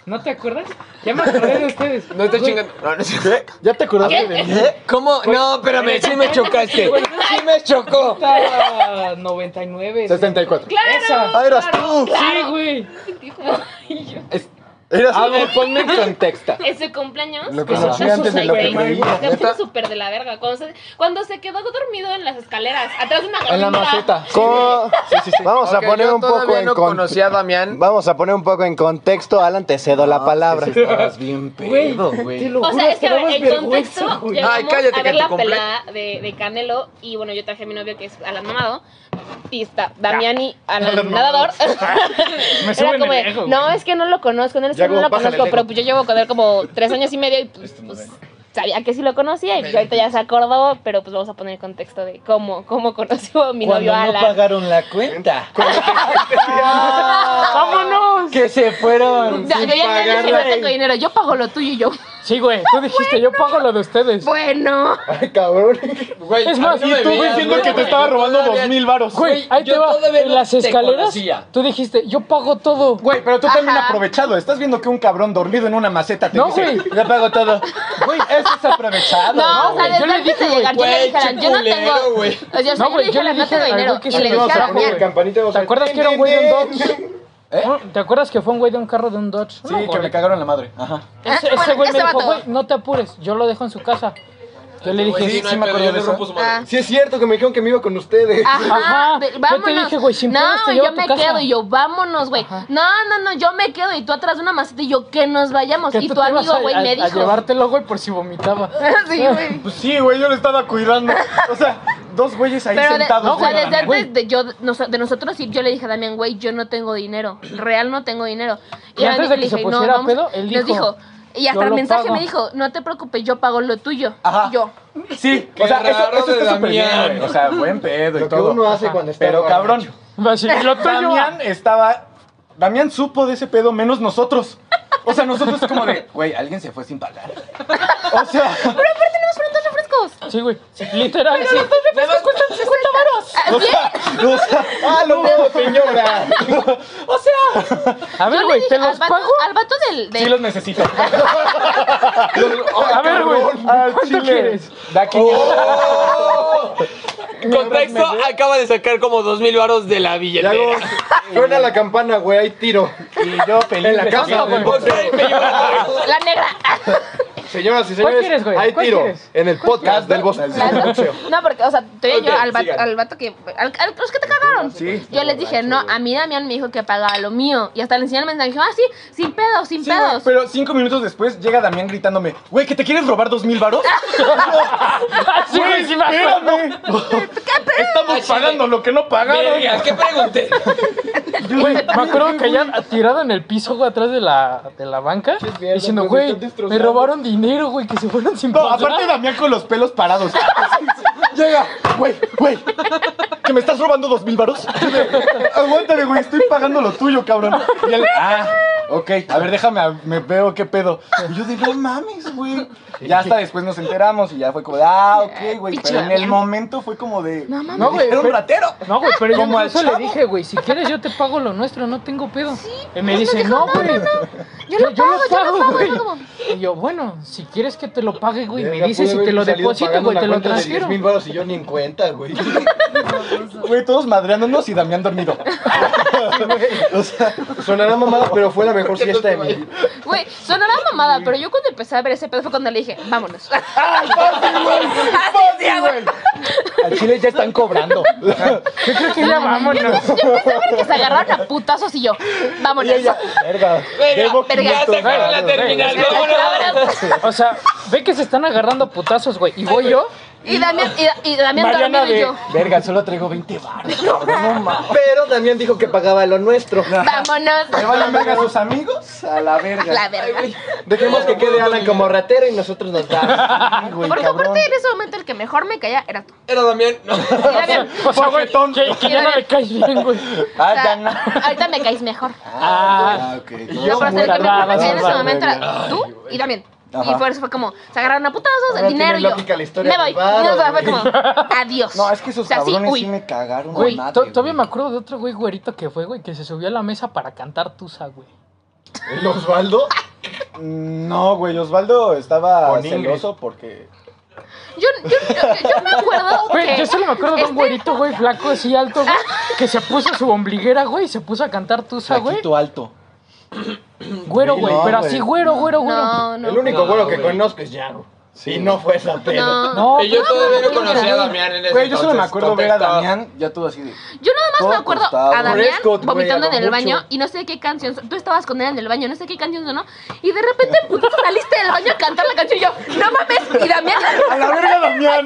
Speaker 3: ¿No te acuerdas? Ya me acordé de ustedes.
Speaker 2: No estoy
Speaker 3: Güey,
Speaker 2: chingando. No, no sé.
Speaker 4: ¿Ya te acordaste de mí?
Speaker 2: ¿Cómo? No, espérame, sí me chocaste. Sí me chocó.
Speaker 3: Está 99.
Speaker 4: 64.
Speaker 3: Esa.
Speaker 6: Ah, eras tú.
Speaker 3: Sí, güey.
Speaker 6: Eras
Speaker 4: A
Speaker 6: tú.
Speaker 4: ver, ponme en contexto.
Speaker 5: Es su cumpleaños.
Speaker 6: Lo
Speaker 5: pues,
Speaker 6: conocí
Speaker 5: está
Speaker 6: antes de lo que
Speaker 5: 66.
Speaker 6: creía.
Speaker 5: Se puso súper de la verga. Cuando se, cuando se quedó dormido en las escaleras, atrás de una
Speaker 4: En la
Speaker 5: gallina.
Speaker 4: maceta.
Speaker 6: Co- Vamos a
Speaker 2: Ok,
Speaker 6: poner
Speaker 2: yo
Speaker 6: un poco
Speaker 2: todavía
Speaker 6: en
Speaker 2: no
Speaker 6: con-
Speaker 2: conocí a Damián.
Speaker 6: Vamos a poner un poco en contexto. Alan, te cedo la palabra.
Speaker 4: Estabas bien
Speaker 3: Güey,
Speaker 4: pedo,
Speaker 3: te
Speaker 4: güey.
Speaker 3: lo
Speaker 5: O
Speaker 3: juro,
Speaker 5: sea, es que
Speaker 3: hasta
Speaker 5: a ver,
Speaker 3: dabas
Speaker 5: el
Speaker 3: vergüenza,
Speaker 5: contexto
Speaker 3: güey.
Speaker 5: llegamos
Speaker 2: Ay, cállate,
Speaker 5: a
Speaker 2: que
Speaker 5: ver
Speaker 2: te
Speaker 5: la
Speaker 2: compré.
Speaker 5: pelea de, de Canelo y bueno, yo traje a mi novio que es Alan Mamado y está Damián y Alan Nadador.
Speaker 3: Me
Speaker 5: Era
Speaker 3: suben
Speaker 5: como
Speaker 3: el
Speaker 5: de,
Speaker 3: ego, güey.
Speaker 5: no, es que no lo conozco, no, es
Speaker 4: Ya
Speaker 5: que no
Speaker 4: como
Speaker 5: lo
Speaker 4: pájale el
Speaker 5: conozco,
Speaker 4: ego.
Speaker 5: pero pues yo llevo con él como tres años y medio y pues,
Speaker 3: Este
Speaker 5: pues, sabía que sí lo conocía y pues, ahorita ya se acordó, pero pues vamos a poner el contexto de cómo, cómo conoció a mi novio Alan.
Speaker 4: pagaron la cuenta.
Speaker 2: Ah,
Speaker 3: ¡Vámonos!
Speaker 4: Que se fueron.
Speaker 5: Ya, yo ya me dije, no tengo dinero, yo pago lo tuyo y yo.
Speaker 3: Sí, güey, tú dijiste, yo pago lo de ustedes.
Speaker 5: Bueno,
Speaker 6: Ay, cabrón.
Speaker 2: Güey,
Speaker 3: Es más,
Speaker 2: a mí no me
Speaker 3: y tú
Speaker 2: veas,
Speaker 3: diciendo
Speaker 2: güey.
Speaker 3: que te
Speaker 6: estaba robando
Speaker 2: Todavía-
Speaker 6: dos mil varos.
Speaker 3: Güey, ahí
Speaker 2: yo
Speaker 3: te va.
Speaker 2: todavía
Speaker 3: En
Speaker 2: no
Speaker 3: las
Speaker 2: te
Speaker 3: escaleras,
Speaker 2: conocía.
Speaker 3: tú dijiste, yo pago todo.
Speaker 4: Güey, pero tú también
Speaker 5: Ajá.
Speaker 4: aprovechado. Estás viendo que un cabrón dormido en una maceta te
Speaker 3: No,
Speaker 4: dice,
Speaker 3: güey.
Speaker 4: yo pago todo. Güey, eso es aprovechado.
Speaker 5: no, o sea,
Speaker 3: güey,
Speaker 5: desde
Speaker 3: yo le
Speaker 5: antes de
Speaker 3: dije,
Speaker 5: llegar, yo le
Speaker 2: güey,
Speaker 5: dije, a Alan, yo no
Speaker 2: che culero,
Speaker 5: tengo.
Speaker 2: güey.
Speaker 5: O
Speaker 3: No,
Speaker 5: sea, yo
Speaker 3: güey,
Speaker 5: le dije,
Speaker 3: yo
Speaker 5: a
Speaker 3: le
Speaker 5: Alan, no
Speaker 3: dije
Speaker 5: tengo
Speaker 3: al
Speaker 5: dinero.
Speaker 3: güey que
Speaker 5: Y
Speaker 3: se
Speaker 5: le
Speaker 3: lo
Speaker 5: dije "Ah, a
Speaker 3: saca, güey.
Speaker 5: Damián.
Speaker 3: ¿Te acuerdas que era un güey de un Dodge? ¿Eh? ¿Te acuerdas que fue un güey de un carro de un Dodge?
Speaker 4: ¿Eh? Sí,
Speaker 3: No,
Speaker 4: que
Speaker 3: güey.
Speaker 4: me cagaron la madre. Ajá.
Speaker 3: Ese,
Speaker 5: Bueno,
Speaker 3: ese güey me
Speaker 5: ese
Speaker 3: dijo,
Speaker 5: vato.
Speaker 3: güey, no te apures, yo lo dejo en su casa. Yo le dije,
Speaker 4: Güey, sí,
Speaker 3: sí,
Speaker 4: no hay
Speaker 3: me
Speaker 4: pedo,
Speaker 3: acordé
Speaker 4: yo
Speaker 3: de
Speaker 4: le
Speaker 3: eso. Ah.
Speaker 4: rompo su
Speaker 5: Ah.
Speaker 6: Sí, es cierto que me dijeron que me iba con ustedes.
Speaker 5: Ajá,
Speaker 3: Ajá,
Speaker 5: ve-
Speaker 3: yo te
Speaker 5: vámonos.
Speaker 3: dije, güey, sin pedos
Speaker 5: No,
Speaker 3: te llevo
Speaker 5: yo
Speaker 3: a tu
Speaker 5: me
Speaker 3: casa.
Speaker 5: quedo y yo, vámonos, güey. No, no, no, yo me quedo y tú atrás de una maceta y yo, que nos vayamos.
Speaker 3: Que
Speaker 5: Y
Speaker 3: tú
Speaker 5: tu
Speaker 3: te ibas
Speaker 5: amigo,
Speaker 3: a-
Speaker 5: güey,
Speaker 3: a-
Speaker 5: me
Speaker 3: A
Speaker 5: dijo.
Speaker 3: llevártelo, güey, por si vomitaba.
Speaker 5: Sí, güey.
Speaker 4: Pues sí, güey, yo le estaba cuidando. O sea, dos güeyes ahí
Speaker 5: Pero de,
Speaker 4: sentados.
Speaker 5: o sea,
Speaker 4: güey.
Speaker 5: desde
Speaker 4: Güey,
Speaker 5: antes de, yo, nos- de nosotros ir, yo le dije a Damián, güey, yo no tengo dinero. Real no tengo dinero.
Speaker 3: Y
Speaker 5: Damián
Speaker 3: antes de que se pusiera pedo, él
Speaker 5: nos
Speaker 3: dijo,
Speaker 5: dijo. Y hasta
Speaker 3: "Yo
Speaker 5: el
Speaker 3: lo
Speaker 5: mensaje
Speaker 3: pago".
Speaker 5: me dijo, no te preocupes, yo pago lo tuyo.
Speaker 4: Ajá.
Speaker 5: Y Yo.
Speaker 4: Sí,
Speaker 2: Qué
Speaker 4: o sea, eso,
Speaker 2: raro
Speaker 4: eso
Speaker 2: de
Speaker 4: está súper
Speaker 2: Damián.
Speaker 4: bien, güey. O sea, buen pedo y
Speaker 6: Lo que
Speaker 4: todo.
Speaker 6: uno hace cuando está.
Speaker 4: Pero
Speaker 6: borracho.
Speaker 4: cabrón,
Speaker 3: Así, lo tuyo.
Speaker 4: Damián estaba. Damián supo de ese pedo menos nosotros. O sea, nosotros como de, güey, alguien se fue sin pagar. O sea,
Speaker 5: Tenemos prontos refrescos.
Speaker 3: Sí, güey, literal. sí.
Speaker 2: Nada más-
Speaker 5: Ah, ¿sí?
Speaker 4: o sea, ah, lo veo, señora.
Speaker 3: A
Speaker 5: Yo
Speaker 3: ver,
Speaker 5: le
Speaker 3: güey,
Speaker 5: dije
Speaker 3: ¿te
Speaker 5: al
Speaker 3: los
Speaker 5: vato-
Speaker 3: pago?
Speaker 5: Al vato del. del-
Speaker 4: Sí los necesito.
Speaker 3: A ver, güey,
Speaker 4: Al
Speaker 3: ¿cuánto
Speaker 4: chile.
Speaker 3: quieres?
Speaker 4: Da
Speaker 6: Oh.
Speaker 4: 500.
Speaker 2: Contexto, acaba de sacar como dos mil varos de la
Speaker 6: Ya hago.
Speaker 2: billetera.
Speaker 6: Suena la campana, güey, hay tiro.
Speaker 4: Y yo feliz.
Speaker 6: En la
Speaker 4: de
Speaker 6: casa,
Speaker 4: sacarle.
Speaker 6: güey.
Speaker 2: Ok, me llevo-
Speaker 5: La negra.
Speaker 6: Señoras y
Speaker 3: ¿Cuál
Speaker 6: señores,
Speaker 3: quieres, güey?
Speaker 6: hay
Speaker 3: ¿Cuál
Speaker 6: tiro
Speaker 3: quieres?
Speaker 6: en el
Speaker 3: ¿Cuál
Speaker 6: podcast del bosque.
Speaker 5: Las dos. No, porque, o sea, tú y
Speaker 6: Ok,
Speaker 5: yo al vato,
Speaker 6: sigan.
Speaker 5: al vato que. Al, al- los que te cagaron.
Speaker 6: Sí.
Speaker 5: Yo les dije, no, a mí Damián me dijo que pagaba lo mío. Y hasta le enseñé el mensaje. Dijo, ah, sí, sin pedos, sin
Speaker 4: Sí, güey,
Speaker 5: pedos.
Speaker 4: pero cinco minutos después llega Damián gritándome, güey, ¿que te quieres robar dos mil varos?
Speaker 3: Así, güey, Ah, sí me acuerdo.
Speaker 4: Pues, Espérame.
Speaker 2: Ah,
Speaker 4: Estamos
Speaker 2: sí,
Speaker 4: pagando lo que no pagaron.
Speaker 2: Verga, ¿Qué pregunté?
Speaker 3: Güey, me acuerdo que ya tirado en el piso, güey, atrás de la, de la banca,
Speaker 6: mierda,
Speaker 3: diciendo,
Speaker 6: pues, me
Speaker 3: güey,
Speaker 6: están destrozando.
Speaker 3: me robaron dinero, güey, que se fueron sin
Speaker 4: No,
Speaker 3: pagar.
Speaker 4: aparte Damián con los pelos parados. Pues, Llega, güey, güey, que me estás robando dos mil varos. Aguántame, güey, estoy pagando lo tuyo, cabrón. Y él, ah, ok, a ver, déjame, a- me veo qué pedo. Y yo de, no mames, güey. Ya hasta después nos enteramos y ya fue como de, ah, ok, güey. Pero en el momento fue como de,
Speaker 5: Eh, No mames.
Speaker 3: No, güey,
Speaker 4: era un
Speaker 3: pero-
Speaker 4: ratero.
Speaker 3: No, güey, pero yo
Speaker 4: Como al
Speaker 3: incluso le
Speaker 4: chavo.
Speaker 3: dije, güey, si quieres yo te pago lo nuestro, no tengo pedo. y me
Speaker 5: él
Speaker 3: dice,
Speaker 5: me dijo,
Speaker 3: no,
Speaker 5: "No,
Speaker 3: güey.
Speaker 5: Yo lo pago, yo lo pago.
Speaker 3: güey.
Speaker 5: Yo como,
Speaker 3: Y yo, bueno, si quieres que te lo pague, güey, me
Speaker 6: Verga,
Speaker 3: dices
Speaker 6: pude
Speaker 3: y te lo
Speaker 6: haber salido
Speaker 3: deposito,
Speaker 6: pagando
Speaker 3: güey,
Speaker 6: una
Speaker 3: te lo
Speaker 6: cuenta de
Speaker 3: transfiero.
Speaker 6: 10,000 varos y yo ni en cuenta, güey.
Speaker 4: Güey, todos madreándonos y Damián dormido.
Speaker 6: O sea, sonará mamada, pero fue la mejor fiesta de mi vida.
Speaker 5: Güey, sonará mamada, pero yo cuando empecé a ver ese pedo fue cuando le dije, vámonos.
Speaker 4: Al chile ya están cobrando.
Speaker 3: Yo creo que ya vámonos.
Speaker 5: Yo empecé a ver que se agarraron a putazos y yo, vámonos.
Speaker 4: Verga.
Speaker 2: Venga,
Speaker 5: Pero
Speaker 2: ya
Speaker 5: ya
Speaker 2: sacaron la
Speaker 3: Claro, güey.
Speaker 2: terminal.
Speaker 5: Pero
Speaker 2: vámonos.
Speaker 5: cabrón.
Speaker 3: O sea, ve que se están agarrando a putazos, güey. Y voy yo,
Speaker 5: Y Damián, y, y Damián
Speaker 3: Mariana
Speaker 5: dormido y
Speaker 3: de...
Speaker 5: yo,
Speaker 4: Verga, solo traigo 20 varos, cabrón, no mames.
Speaker 6: Pero también dijo que pagaba lo nuestro.
Speaker 4: ¿Le
Speaker 5: vámonos.
Speaker 4: van a verga a sus amigos? A la verga.
Speaker 5: La verga.
Speaker 6: Dejemos que quede Alan como ratero y nosotros nos damos.
Speaker 4: Sí, güey,
Speaker 5: Porque
Speaker 4: cabrón.
Speaker 5: aparte en ese momento el que mejor me caía era tú.
Speaker 2: Era Damián. No.
Speaker 5: Y Damián,
Speaker 3: O sea, güey, que, que ya no le caes bien, güey.
Speaker 5: o
Speaker 4: Ah,
Speaker 5: sea,
Speaker 4: ya no.
Speaker 5: ahorita me caís mejor.
Speaker 3: Ah,
Speaker 6: ok.
Speaker 4: Y
Speaker 5: No,
Speaker 4: yo
Speaker 5: pero hasta el que
Speaker 3: muera,
Speaker 5: mejor me
Speaker 3: vas,
Speaker 5: caía en
Speaker 3: vas,
Speaker 5: ese
Speaker 3: vas,
Speaker 5: momento era
Speaker 3: güey.
Speaker 5: tú y Damián. Y
Speaker 4: Ajá.
Speaker 5: por eso fue como, se agarraron a putazos, el
Speaker 6: Ahora
Speaker 5: dinero
Speaker 6: tiene
Speaker 5: y yo.
Speaker 6: lógica la historia
Speaker 5: me voy.
Speaker 6: del varo,
Speaker 5: Y o sea, fue
Speaker 6: güey.
Speaker 5: como, adiós.
Speaker 4: No, es que esos
Speaker 5: O sea, sí,
Speaker 4: cabrones
Speaker 5: uy.
Speaker 4: sí, me cagaron.
Speaker 3: Güey,
Speaker 4: a madre,
Speaker 3: to- todavía me
Speaker 4: güey.
Speaker 3: acuerdo de otro güey güerito que fue, güey, que se subió a la mesa para cantar Tusa, güey.
Speaker 6: ¿El Osvaldo?
Speaker 4: No, güey, Osvaldo estaba
Speaker 6: Con Ingrid.
Speaker 4: celoso porque...
Speaker 5: Yo, yo, yo, yo me acuerdo
Speaker 3: Güey,
Speaker 5: que...
Speaker 3: yo solo me acuerdo de un
Speaker 5: este-
Speaker 3: güerito, güey, flaco, así alto, güey, que se puso su ombliguera, güey, y se puso a cantar Tusa, güey.
Speaker 4: Flaquito alto.
Speaker 3: Güero, güey,
Speaker 4: No,
Speaker 3: pero
Speaker 4: güey.
Speaker 3: así güero, güero, güero.
Speaker 5: No, no.
Speaker 6: El único
Speaker 2: No,
Speaker 6: güero que
Speaker 2: güey.
Speaker 6: conozco es Yago. Y no fue esa peda.
Speaker 5: No.
Speaker 3: No,
Speaker 2: Y yo
Speaker 3: pero-
Speaker 2: todavía no conocía a Damián en ese
Speaker 4: Güey, yo solo me
Speaker 2: entonces,
Speaker 4: acuerdo ver a
Speaker 2: contestaba.
Speaker 4: Damián ya todo así de...
Speaker 5: Yo nada más
Speaker 4: Todo
Speaker 5: me acuerdo
Speaker 4: acostado.
Speaker 5: a Damián
Speaker 6: Prescott, güey,
Speaker 5: vomitando
Speaker 6: a lo
Speaker 5: en el
Speaker 6: mucho.
Speaker 5: baño y no sé qué canción. Tú estabas con él en el baño, no sé qué canción sonó. Y de repente puto, saliste del baño a cantar la canción y yo, no mames. Y Damián,
Speaker 4: ¡A la verga, Damián!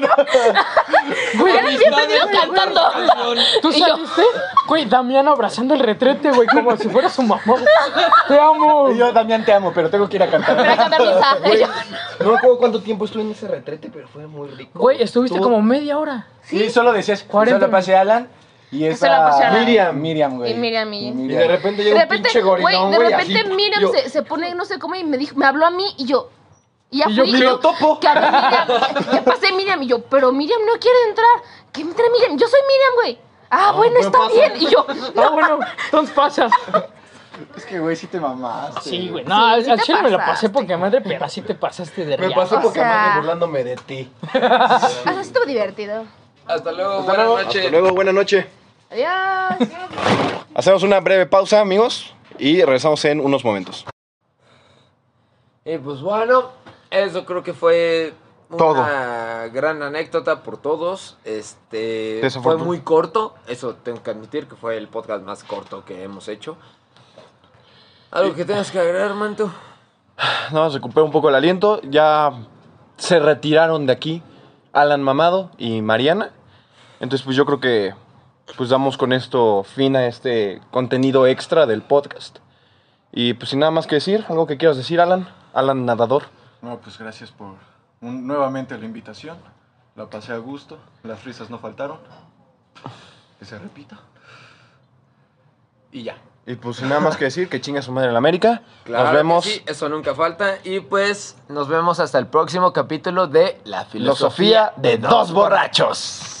Speaker 3: Güey,
Speaker 5: él bienvenido cantando.
Speaker 3: ¿Tú
Speaker 5: Y yo-
Speaker 3: saliste? Güey, Damián abrazando el retrete, güey, como si fuera su mamá. güey. Te amo.
Speaker 4: Y yo, Damián, te amo, pero tengo que ir a cantar.
Speaker 5: Para cantar misa. Y yo,
Speaker 6: No me acuerdo cuánto tiempo estuve en ese retrete, pero fue muy rico.
Speaker 3: Güey, estuviste
Speaker 6: Tú-
Speaker 3: como media hora.
Speaker 4: Sí, solo decías,
Speaker 3: 40
Speaker 4: solo pasé a Alan y
Speaker 5: Eso la pasé a
Speaker 4: esa...
Speaker 5: Alan.
Speaker 4: Miriam, Miriam, güey.
Speaker 5: Y Miriam, y-
Speaker 6: Y de repente
Speaker 5: de
Speaker 6: llega un
Speaker 5: repente,
Speaker 6: pinche
Speaker 5: güey,
Speaker 6: gorilón,
Speaker 5: de
Speaker 6: güey.
Speaker 5: repente
Speaker 6: así.
Speaker 5: Miriam
Speaker 6: Yo-
Speaker 5: se, se pone, no sé cómo, y me dijo, me habló a mí y yo. Y ya
Speaker 3: Y yo,
Speaker 5: fui,
Speaker 3: "Me lo
Speaker 4: topo".
Speaker 5: Que habló Miriam, que pasé Miriam y yo, pero Miriam no quiere entrar. Que entre Miriam, yo soy Miriam, güey. Ah, bueno,
Speaker 6: pues
Speaker 5: está
Speaker 6: pasa.
Speaker 5: bien. Y yo,
Speaker 3: Ah, bueno, entonces pasas.
Speaker 4: Es que, güey, sí te mamaste.
Speaker 3: Sí, güey. No,
Speaker 5: Sí, sí
Speaker 3: al
Speaker 5: te
Speaker 3: chile me la pasé
Speaker 5: pasaste.
Speaker 3: porque madre, pero así te pasaste de
Speaker 6: Me
Speaker 3: riata.
Speaker 6: pasó
Speaker 5: O
Speaker 6: porque
Speaker 5: sea-
Speaker 3: Ah.
Speaker 6: más burlándome de ti.
Speaker 5: ah, sí estuvo divertido.
Speaker 2: Hasta luego, buenas noches.
Speaker 6: Hasta luego, buena noche.
Speaker 5: 哎 Adiós.
Speaker 6: Hacemos una breve pausa, amigos, y regresamos en unos momentos.
Speaker 2: Y pues bueno, eso creo que fue una
Speaker 1: Todo.
Speaker 2: gran anécdota por todos. Este fue
Speaker 1: Desafortun-
Speaker 2: muy corto, eso tengo que admitir que fue el podcast más corto que hemos hecho. Algo que tengas que agregar, Manto.
Speaker 1: Nada más recuperé un poco el aliento. Ya se retiraron de aquí Alan Mamado y Mariana. Entonces, pues yo creo que pues damos con esto fin a este contenido extra del podcast. Y pues sin nada más que decir, algo que quieras decir, Alan. Alan Nadador.
Speaker 6: No, pues gracias por un- nuevamente la invitación. La pasé a gusto. Las risas no faltaron. Que se repita. Y ya.
Speaker 1: Y pues sin nada más que decir, que chinga su madre en América. Nos
Speaker 2: que
Speaker 1: vemos.
Speaker 2: sí, eso nunca falta. Y pues nos vemos hasta el próximo capítulo de La
Speaker 1: Filosofía
Speaker 2: filosofía de dos borrachos.